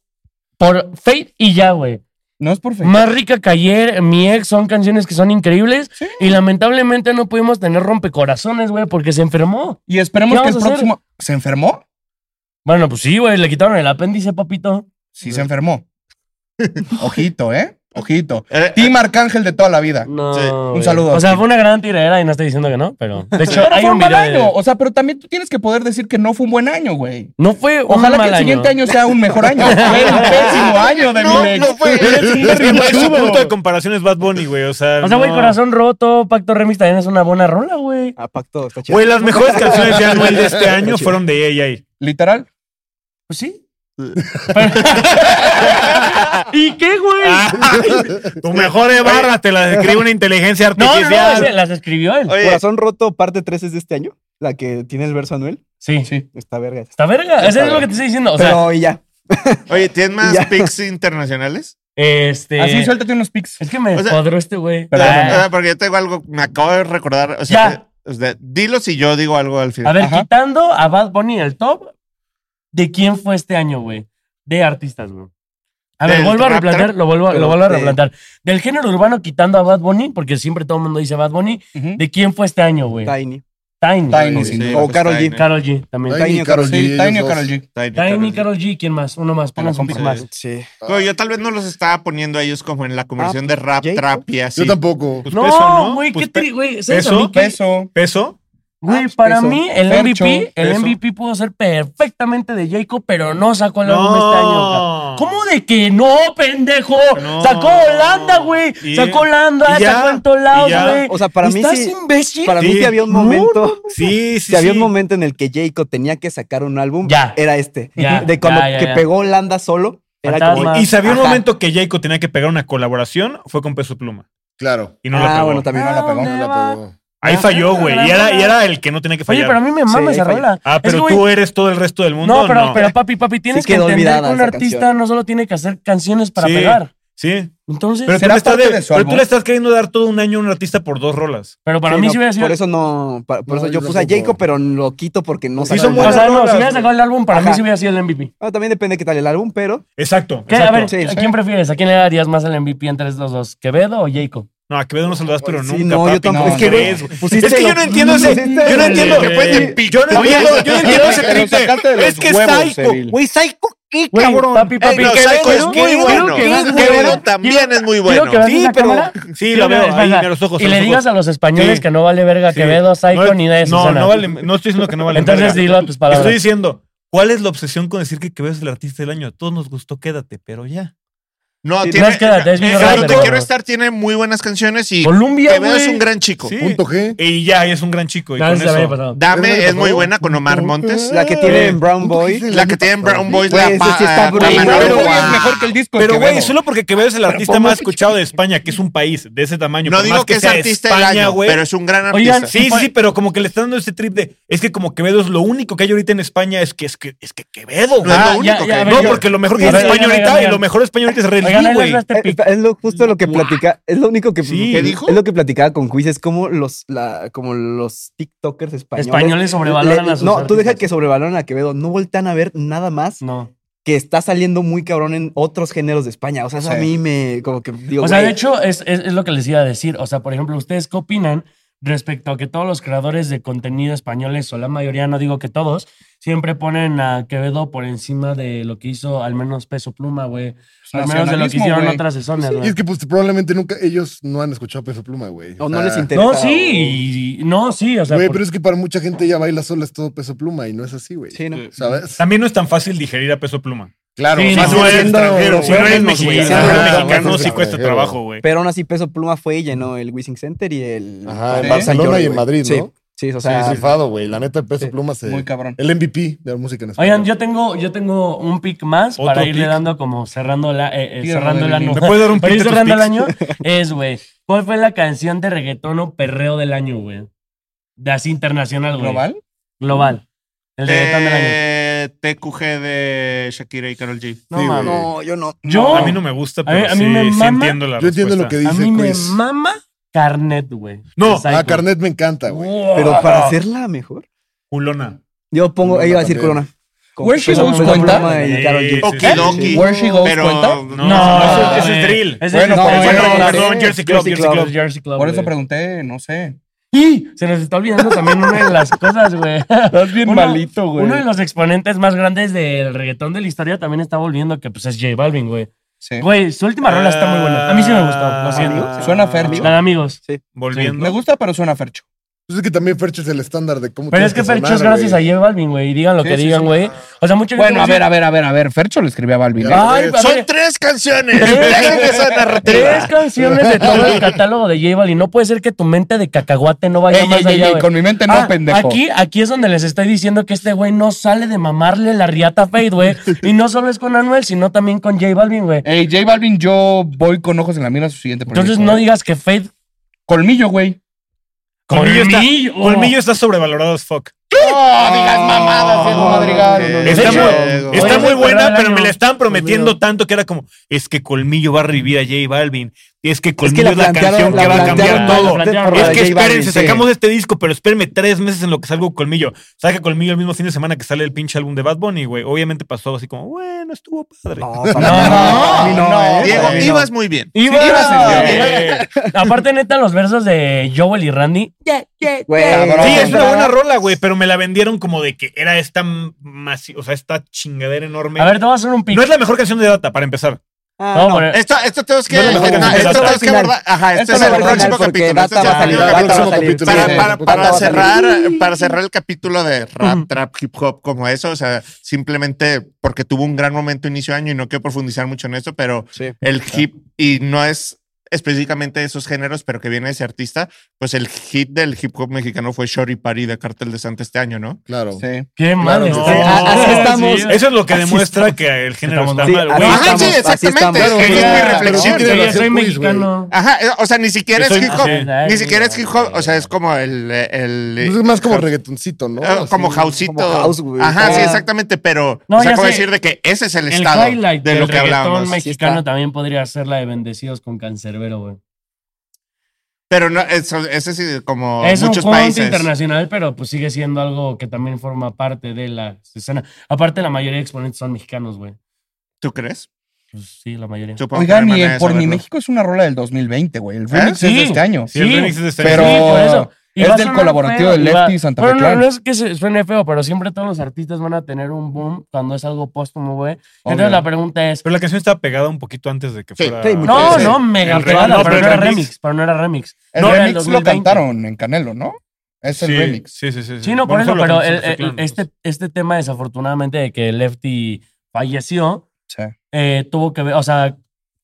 por Fate y ya, güey.
No es por fe.
Más rica que ayer, mi ex, son canciones que son increíbles. Y lamentablemente no pudimos tener rompecorazones, güey, porque se enfermó.
Y
¿Qué
esperemos que
vamos
el
a hacer?
próximo. ¿Se enfermó?
Bueno, pues sí, güey, le quitaron el apéndice, papito.
Sí, se enfermó. Ojito, ¿eh? Ojito.
eh,
Team Arcángel de toda la vida.
No.
Sí.
güey.
Un saludo.
O sea, fue una gran tiradera y no estoy diciendo que no, pero. De hecho,
Pero
hay
fue
un
un mal
video. de-
año. O sea, pero también tú tienes que poder decir que no fue un buen año, güey.
No fue un
Ojalá que
mal
el siguiente año sea un
<laughs>
mejor año. Fue un pésimo año de
No,
Milex.
no fue.
Eres un
<laughs> Es que, güey, su
berrinchudo.
punto de comparación es Bad Bunny, güey. O sea,
O sea, güey,
no.
corazón roto, Pacto Remix también es una buena rola, güey.
A Pacto ah, está chido.
Güey, las mejores canciones de Anuel de este año fueron de AA.
Literal.
Pues sí. Pero- ¿Y qué, güey?
Tu mejor de barra te la escribe una inteligencia
no, no, no, ese
artificial.
las escribió él.
oye,
Corazón roto, parte 3 es de este año. La que tiene el verso Anuel.
Sí.
Está verga.
Está verga. Eso es lo que te estoy diciendo. O sea,
Pero y ya.
oye, ¿tienes más
Ya.
pics internacionales?
este.
Así suéltate unos pics.
Es que me
O sea-
descuadró este güey.
Ah,
Ah,
ah, porque yo tengo algo, me acabo de recordar. O sea,
Ya.
que- o sea, dilo si yo digo algo al
A
final.
ver,
Ajá.
quitando a Bad Bunny el top, ¿de quién fue este año, güey? De artistas, güey. A ver,
¿Del
vuelvo a
rap
replantear,
trap?
lo vuelvo, a- lo
Pero,
vuelvo a
eh,
replantear. Del género urbano quitando a Bad Bunny, porque siempre todo el mundo dice Bad Bunny,
Ujú.
¿de quién fue este año, güey?
Tiny.
Tiny.
Tiny, sin duda.
O Karol G.
Carol G también.
Tiny
Tiny
o
y Karol
Sí,
G. ellos
Tiny o
dos.
Karol G.
Tiny, Carol G, ¿quién más? Uno más,
Para
ponos un pick
compas.
más.
Sí.
Digo, Yo tal vez no los estaba poniendo a ellos como en la conversión de rap,
Jacob.
trap y así.
Yo tampoco.
Pues peso,
No, güey,
Pues
qué
pe-
tri, güey. ¿sabes a
peso,
mí qué?
Peso.
¿Peso?
Güey,
pues,
para
peso.
mí el
Fercho,
MVP, el
peso.
MVP pudo ser perfectamente de Jacob, pero no sacó el álbum este año. cabrón. ¿Cómo de que no, pendejo?
No.
Sacó Holanda, güey.
Y-
Sacó Holanda,
y ya,
sacó en todos
y
lados,
ya.
güey.
O sea, para mí
¿Estás
sí-
imbécil?
Para mí
Sí.
sí había un
No,
momento.
Sí, sí.
Si había un
sí.
momento en el que Jacob tenía que sacar un álbum,
Ya.
era este.
Ya,
<laughs> De cuando
ya, ya,
que
ya.
pegó Holanda solo, era
Fantasma.
como.
Y, y si había un
Ajá.
momento que Jayco tenía que pegar una colaboración, fue con Peso Pluma.
Claro.
Y no la
ah,
pegó.
bueno, también.
no la pegó.
No la pegó.
Ahí
Ah,
falló, güey. Y era, y era el que no tenía que
Oye,
fallar.
pero a mí me mama
Sí,
esa
falla.
rola.
Ah,
Es
pero
que, güey,
tú eres todo el resto del mundo.
No, pero, pero papi, papi, tienes que
quedó
entender que
olvidada
un
esa
artista
canción.
no solo tiene que hacer canciones para
Sí.
pegar.
Sí.
Entonces,
Pero, tú
¿Será
le, estás
parte
de-
de su
pero
álbum?
tú le estás queriendo dar todo un año a un artista por dos rolas.
pero para
Sí,
mí
no,
sí hubiera sido.
Por eso no. pa- Por,
No,
eso yo
yo
puse a
tampoco.
Jacob, pero lo quito porque no
Sí,
sacó
son
el
o
buenas
álbum.
sea, no,
rolas,
si hubiera
güey.
sacado el álbum, para mí
Ajá.
sí hubiera sido el MVP.
Ah, también depende qué tal el álbum, pero.
Exacto.
¿Qué? A
exacto.
ver,
Sí,
¿a
sí.
quién prefieres? ¿A quién le darías más el MVP entre los dos? ¿Quevedo o Jacob?
No, a Quevedo no se lo das, pero
Sí,
nunca.
no, yo
papi,
tampoco.
no,
es que, güey,
crees, güey.
pusiste
Es que yo
los-
no entiendo ese.
pusiste
Yo no
los-
entiendo.
Que fue de pic.
Yo no
Oye,
entiendo, yo no entiendo ese
Pero sacaste de
triple.
los
Es que
huevos,
Psycho.
Evil.
Güey, Psycho, qué
Güey,
cabrón.
papi, papi,
Eh, no,
¿qué
Psycho
ves?
es muy
Quiero-
bueno.
quiero que veas esa
Quevedo
rola.
también
Quiero-
es muy
quiero
bueno.
que veas
Sí,
esa
pero-
cámara.
Sí,
Quiero
la veo
que veas
ahí,
esa.
mira los ojos.
Y
los
le
ojos.
digas a los españoles
Sí.
que no vale verga
Sí.
Quevedo, Psycho,
No,
ni idea de
No,
Susana.
no vale. No estoy diciendo que no vale.
Entonces
verga.
dilo a tus palabras.
Estoy diciendo, ¿Cuál es la obsesión con decir que Quevedo es el artista del año? A todos nos gustó Quédate, pero ya.
No,
Sí,
tiene.
no, es que la tres
eh,
millones,
Claro, te
pero-
quiero estar, tiene muy buenas canciones y
Colombia,
Quevedo es
güey.
un gran chico.
Sí.
Punto G.
Y ya, y es un gran chico. Y
No,
con
eso se me había
eso.
pasado.
Dame
Pero,
es muy
¿no?
buena con Omar Montes.
La Eh, que tiene en Brown Boy.
La que tiene en Brown Boys,
Güey,
la
ese
pa-
sí está
eh,
brutal.
Tamara
Pero,
Roa.
güey,
es mejor que el disco. de
Pero,
Quevedo.
güey, solo porque Quevedo es el artista más escuchado de España, que es un país de ese tamaño.
No
por
digo
más
que es
sea
artista del
España,
año,
güey.
pero es un gran artista.
Oigan,
Sí, sí, sí, pero como que le están dando ese trip de. Es que como Quevedo es lo único que hay ahorita en España, es que es que, es que
No
Quevedo.
es
güey.
lo
Ah, ya,
único
ya,
que-
a ver,
No,
yo-
porque lo mejor que
Oigan,
es España
oigan,
ahorita y
oigan.
lo mejor español ahorita
Oigan,
es Relí,
¿les
güey.
raste
Es,
pic?
es lo justo lo que platica, es lo único que,
Sí.
que-
¿Qué dijo?
es lo que platicaba con Juiz, es como los, la, como los TikTokers españoles.
Españoles sobrevaloran
le-
a sus
No, tú deja
artistas.
que sobrevaloran a Quevedo, no voltean a ver nada más
No.
que está saliendo muy cabrón en otros géneros de España. O sea, eso a
Sí.
mí me, como que digo,
O sea, de
güey,
hecho, es, es- es lo que les iba a decir. O sea, por ejemplo, ¿ustedes qué opinan respecto a que todos los creadores de contenido españoles, o la mayoría, no digo que todos, siempre ponen a Quevedo por encima de lo que hizo al menos Peso Pluma, güey? Al menos de lo que
Pues nacionalismo,
hicieron
güey.
otras sesiones,
Y
güey.
es que pues, probablemente nunca ellos no han escuchado Peso Pluma, güey.
o no
sea,
les interesa.
No,
o-
sí, y- no, sí, o sea,
Güey,
por-
pero es que para mucha gente ya baila sola es todo Peso Pluma y no es así, güey.
Sí, no.
¿Sabes?
También no es tan fácil digerir a peso pluma.
Claro.
Sí,
o
Si
sea,
no,
no eres
siendo
extranjero, si no eres
europeos, güey,
mexicano, si
siendo
no eres
europeos,
mexicano,
somos
sí cuesta
extranjeros.
trabajo, güey.
Pero aún así, Peso Pluma fue y llenó el Wissing Center y el.
Ajá, en
el
Barcelona
Lloro,
y en
güey.
Madrid,
Sí,
¿no?
sí,
Sí,
o sea.
rifado, güey. La neta, Peso
Sí.
Pluma se...
Muy cabrón.
El MVP de la música en español.
Oigan, yo tengo, yo tengo un pick más
¿Otro
para irle
pick?
dando como cerrando, la, eh, eh,
Tíralo
cerrando el
del
año.
hilo.
¿Me puedes dar
<laughs>
un
Para
pick
ir
de tus
cerrando el
picks?
año es, güey, ¿cuál fue la canción de reggaetón o perreo del año, güey? De así internacional, güey.
¿Global?
Global. El reggaetón del año.
Eh, TQG de Shakira y Karol G.
No
Sí, güey.
mames.
No, yo no.
Yo-
A mí no me gusta,
A mí-
pero
a mí me
sí, sí
mama.
entiendo la
Yo entiendo lo
respuesta.
que dice
A mí me
Chris.
mama Carnet, güey.
No.
De Psycho.
Ah, Carnet me encanta, güey.
Wow.
Pero para hacerla mejor,
Culona.
yo pongo.
Corona
Ella iba a decir
también.
Corona. Con-
Where She
Peso-
Goes
Peso
cuenta.
Pluma y
Sí,
Karol G.
sí, sí.
Okidoki.
Sí.
Where She Goes
Pero
cuenta.
no,
No,
No,
ese- ese es
güey.
drill.
Ese
Bueno,
es
no,
Ah, Jersey
bueno,
Club,
perdón,
güey.
Jersey Club, Jersey Club.
es Jersey Club.
Por eso
güey.
pregunté, no sé.
Y se nos está olvidando también una de las cosas, güey. <laughs>
Estás bien
Uno-
malito, güey.
Uno de los exponentes más grandes del reggaetón de la historia también está volviendo, que pues es J Balvin, güey.
Sí.
Güey, su última rola está muy buena. A mí sí me gustó, lo siento.
Ah,
Suena Fercho.
La de amigos.
Volviendo.
Me gusta, pero suena Fercho.
Pues es que también Ferch es el estándar de cómo
Pero
tienes
es que
sonar,
Fercho es
güey.
gracias a J Balvin, güey. Y digan lo
Sí,
que
sí,
digan,
sí.
güey. O sea, mucha gente
Bueno, a
dice-
ver, a ver, a ver, a ver. Fercho le escribía a Balvin. ¿eh?
Ya.
Ay, a
Son
ver,
tres canciones. Déjame esa
Tres
narrativa.
canciones de todo el catálogo de J Balvin. No puede ser que tu mente de cacahuate no vaya
Ey,
más
ey,
allá,
ey,
güey.
con mi mente no,
Ah,
pendejo.
Aquí, aquí es donde les estoy diciendo que este güey no sale de mamarle la riata a Fade,
<laughs>
güey. Y no solo es con Anuel, sino también con J Balvin, güey.
Ey, J Balvin, yo voy con ojos en la mira a su siguiente proyecto.
Entonces no
güey.
digas que Fade.
Colmillo, güey.
Colmillo está,
Colmillo.
Colmillo está sobrevalorado as fuck.
No digas mamadas, Diego Madrigal.
ok.
No, no, no.
Está
De
Está
hecho,
muy,
Diego.
está
Oye,
muy
pero
buena,
del
pero me
año.
la estaban prometiendo
Colmillo.
tanto que era como, es que Colmillo va a revivir a J Balvin. Es que
Es
Colmillo
que la
es la canción
plantearon,
que
la
va a cambiar
plantearon mal,
todo.
la plantearon
Es
mal
Es
de
que
J Balvin,
espérense,
sí.
sacamos este disco, pero espérenme tres meses en lo que salgo Colmillo. Saca Colmillo el mismo fin de semana que sale el pinche álbum de Bad Bunny, güey. Obviamente pasó así como, bueno, estuvo padre.
No,
No,
para mí
no,
¿eh?
Diego,
Para mí no.
ibas muy bien.
Iba.
Eh,
Aparte, neta, los versos de Joel y Randy.
Güey,
Cabrón.
Sí, es
es
una buena rola, güey, pero me la vendieron como de que era esta masi- o sea, esta chingadera enorme.
A ver, te voy a hacer un pick.
no es la mejor canción de Data, para empezar.
Ah,
No,
no.
pero-
Esto, esto tenemos que,
No, no,
no,
no,
esto
no,
tenemos
esto
que
no,
abordar. Ajá, este
esto
es
no,
el
no,
próximo
porque
capítulo.
Data
este es
va a
el
salir,
próximo
Data va a
capítulo.
salir.
Para,
Sí,
para-
Data
para
va a salir.
cerrar, para cerrar el capítulo de rap, trap, hip hop, como eso, o sea, simplemente porque tuvo un gran momento inicio de año y no quiero profundizar mucho en eso, pero
Sí.
el hip, y no es específicamente de esos géneros, pero que viene de ese artista, pues el hit del hip hop mexicano fue Shorty Party de Cartel de Santa este año, ¿no?
Claro.
Sí.
Qué mal
no.
está.
Ah, así estamos.
Sí.
Eso es lo que demuestra que el género
Estamos
está
mal.
mal,
Sí,
güey.
así
Ajá,
estamos,
sí,
así
exactamente.
estamos.
Es
Pero
mi
sí
reflexión.
tiene
Yo ya
razón,
soy
Luis, güey.
mexicano.
Ajá, eh, o sea, ni siquiera
Eso-
es hip hop,
sí.
ni siquiera es hip hop, o sea, es como el... el,
Pues es más como
house-
reggaetoncito, ¿no?
eh, como
Así.
houseito.
como house, güey.
Ajá,
Ah.
sí, exactamente, pero
No,
o sea,
ya
como
sé.
decir de que ese es el
El
estado
highlight
de
del
lo que
reggaetón
hablábamos.
mexicano
está.
también podría ser la de Bendecidos con Cancerbero, güey.
Pero no, eso, ese sí, como
Es un
muchos
conjunto
países.
internacional, pero pues sigue siendo algo que también forma parte de la escena. Aparte, la mayoría de exponentes son mexicanos, güey.
¿Tú crees?
Pues sí, la mayoría.
Supongo que
Oigan,
no hay
y
manera
el
de
Por mi
saberlo.
México es una rola del 2020, güey. El remix
Sí.
es de este año.
Sí, el remix es de este
pero-
año.
por eso.
es
va a
del
sonar
colaborativo de
y va-
Lefty y Santa Fe
Pero no,
Clan.
no es que se- suene feo, pero siempre todos los artistas van a tener un boom cuando es algo póstumo, güey.
Obvio.
Entonces la pregunta es.
Pero la canción estaba pegada un poquito antes de que
Sí,
fuera.
sí, mucho.
No,
Sí.
no, mega
El remix,
pegada,
no,
pero
pero
no era
el remix.
remix, pero no era remix.
El
No, era
remix lo
2020.
cantaron en Canelo, ¿no? Es el
Sí,
remix.
Sí, sí, sí.
Sí, no, por
Bueno,
eso,
lo
pero
que
el-
nos
el-
reclaman.
este, este tema, desafortunadamente, de que Lefty falleció,
Sí.
eh, tuvo que ver, o sea,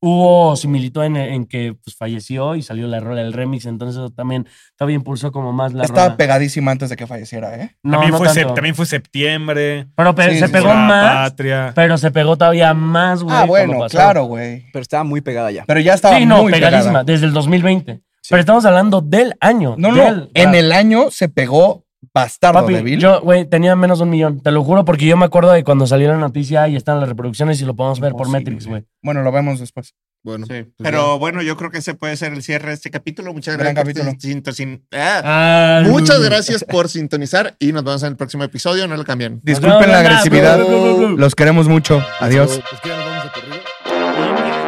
hubo similitud en, en que pues, falleció y salió la rola del remix, entonces eso también, también impulsó como más la
Estaba
rola.
pegadísima antes de que falleciera, ¿eh?
No,
también,
no
fue sep-
tanto.
también fue septiembre.
Pero pe-
Sí,
se
sí,
pegó
la
más,
Patria.
pero se pegó todavía más, güey.
ah,
cuando
bueno,
pasó.
claro, güey.
Pero estaba muy pegada ya.
Pero ya estaba
Sí, no,
muy
pegadísima,
pegada.
desde el 2020. Pero estamos hablando del año.
No,
del-
no, en el año se pegó Bastardo
Papi,
de Bill.
yo, güey, tenía menos de un millón. Te lo juro porque yo me acuerdo de cuando salió la noticia y están las reproducciones y lo podemos ver por
Imposible.
Metrics, güey.
Bueno, lo vemos después.
Bueno,
Sí,
pues
pero bueno, yo creo que ese puede ser el cierre de este capítulo. Muchas
Gran
gracias.
capítulo.
por sin- sin- ah. Muchas gracias por sintonizar y nos vemos en el próximo episodio. No lo cambien.
Disculpen la agresividad.
bro.
Los queremos mucho.
ya.
Adiós.
Pues, ¿qué, nos vamos de corrido?
Adiós.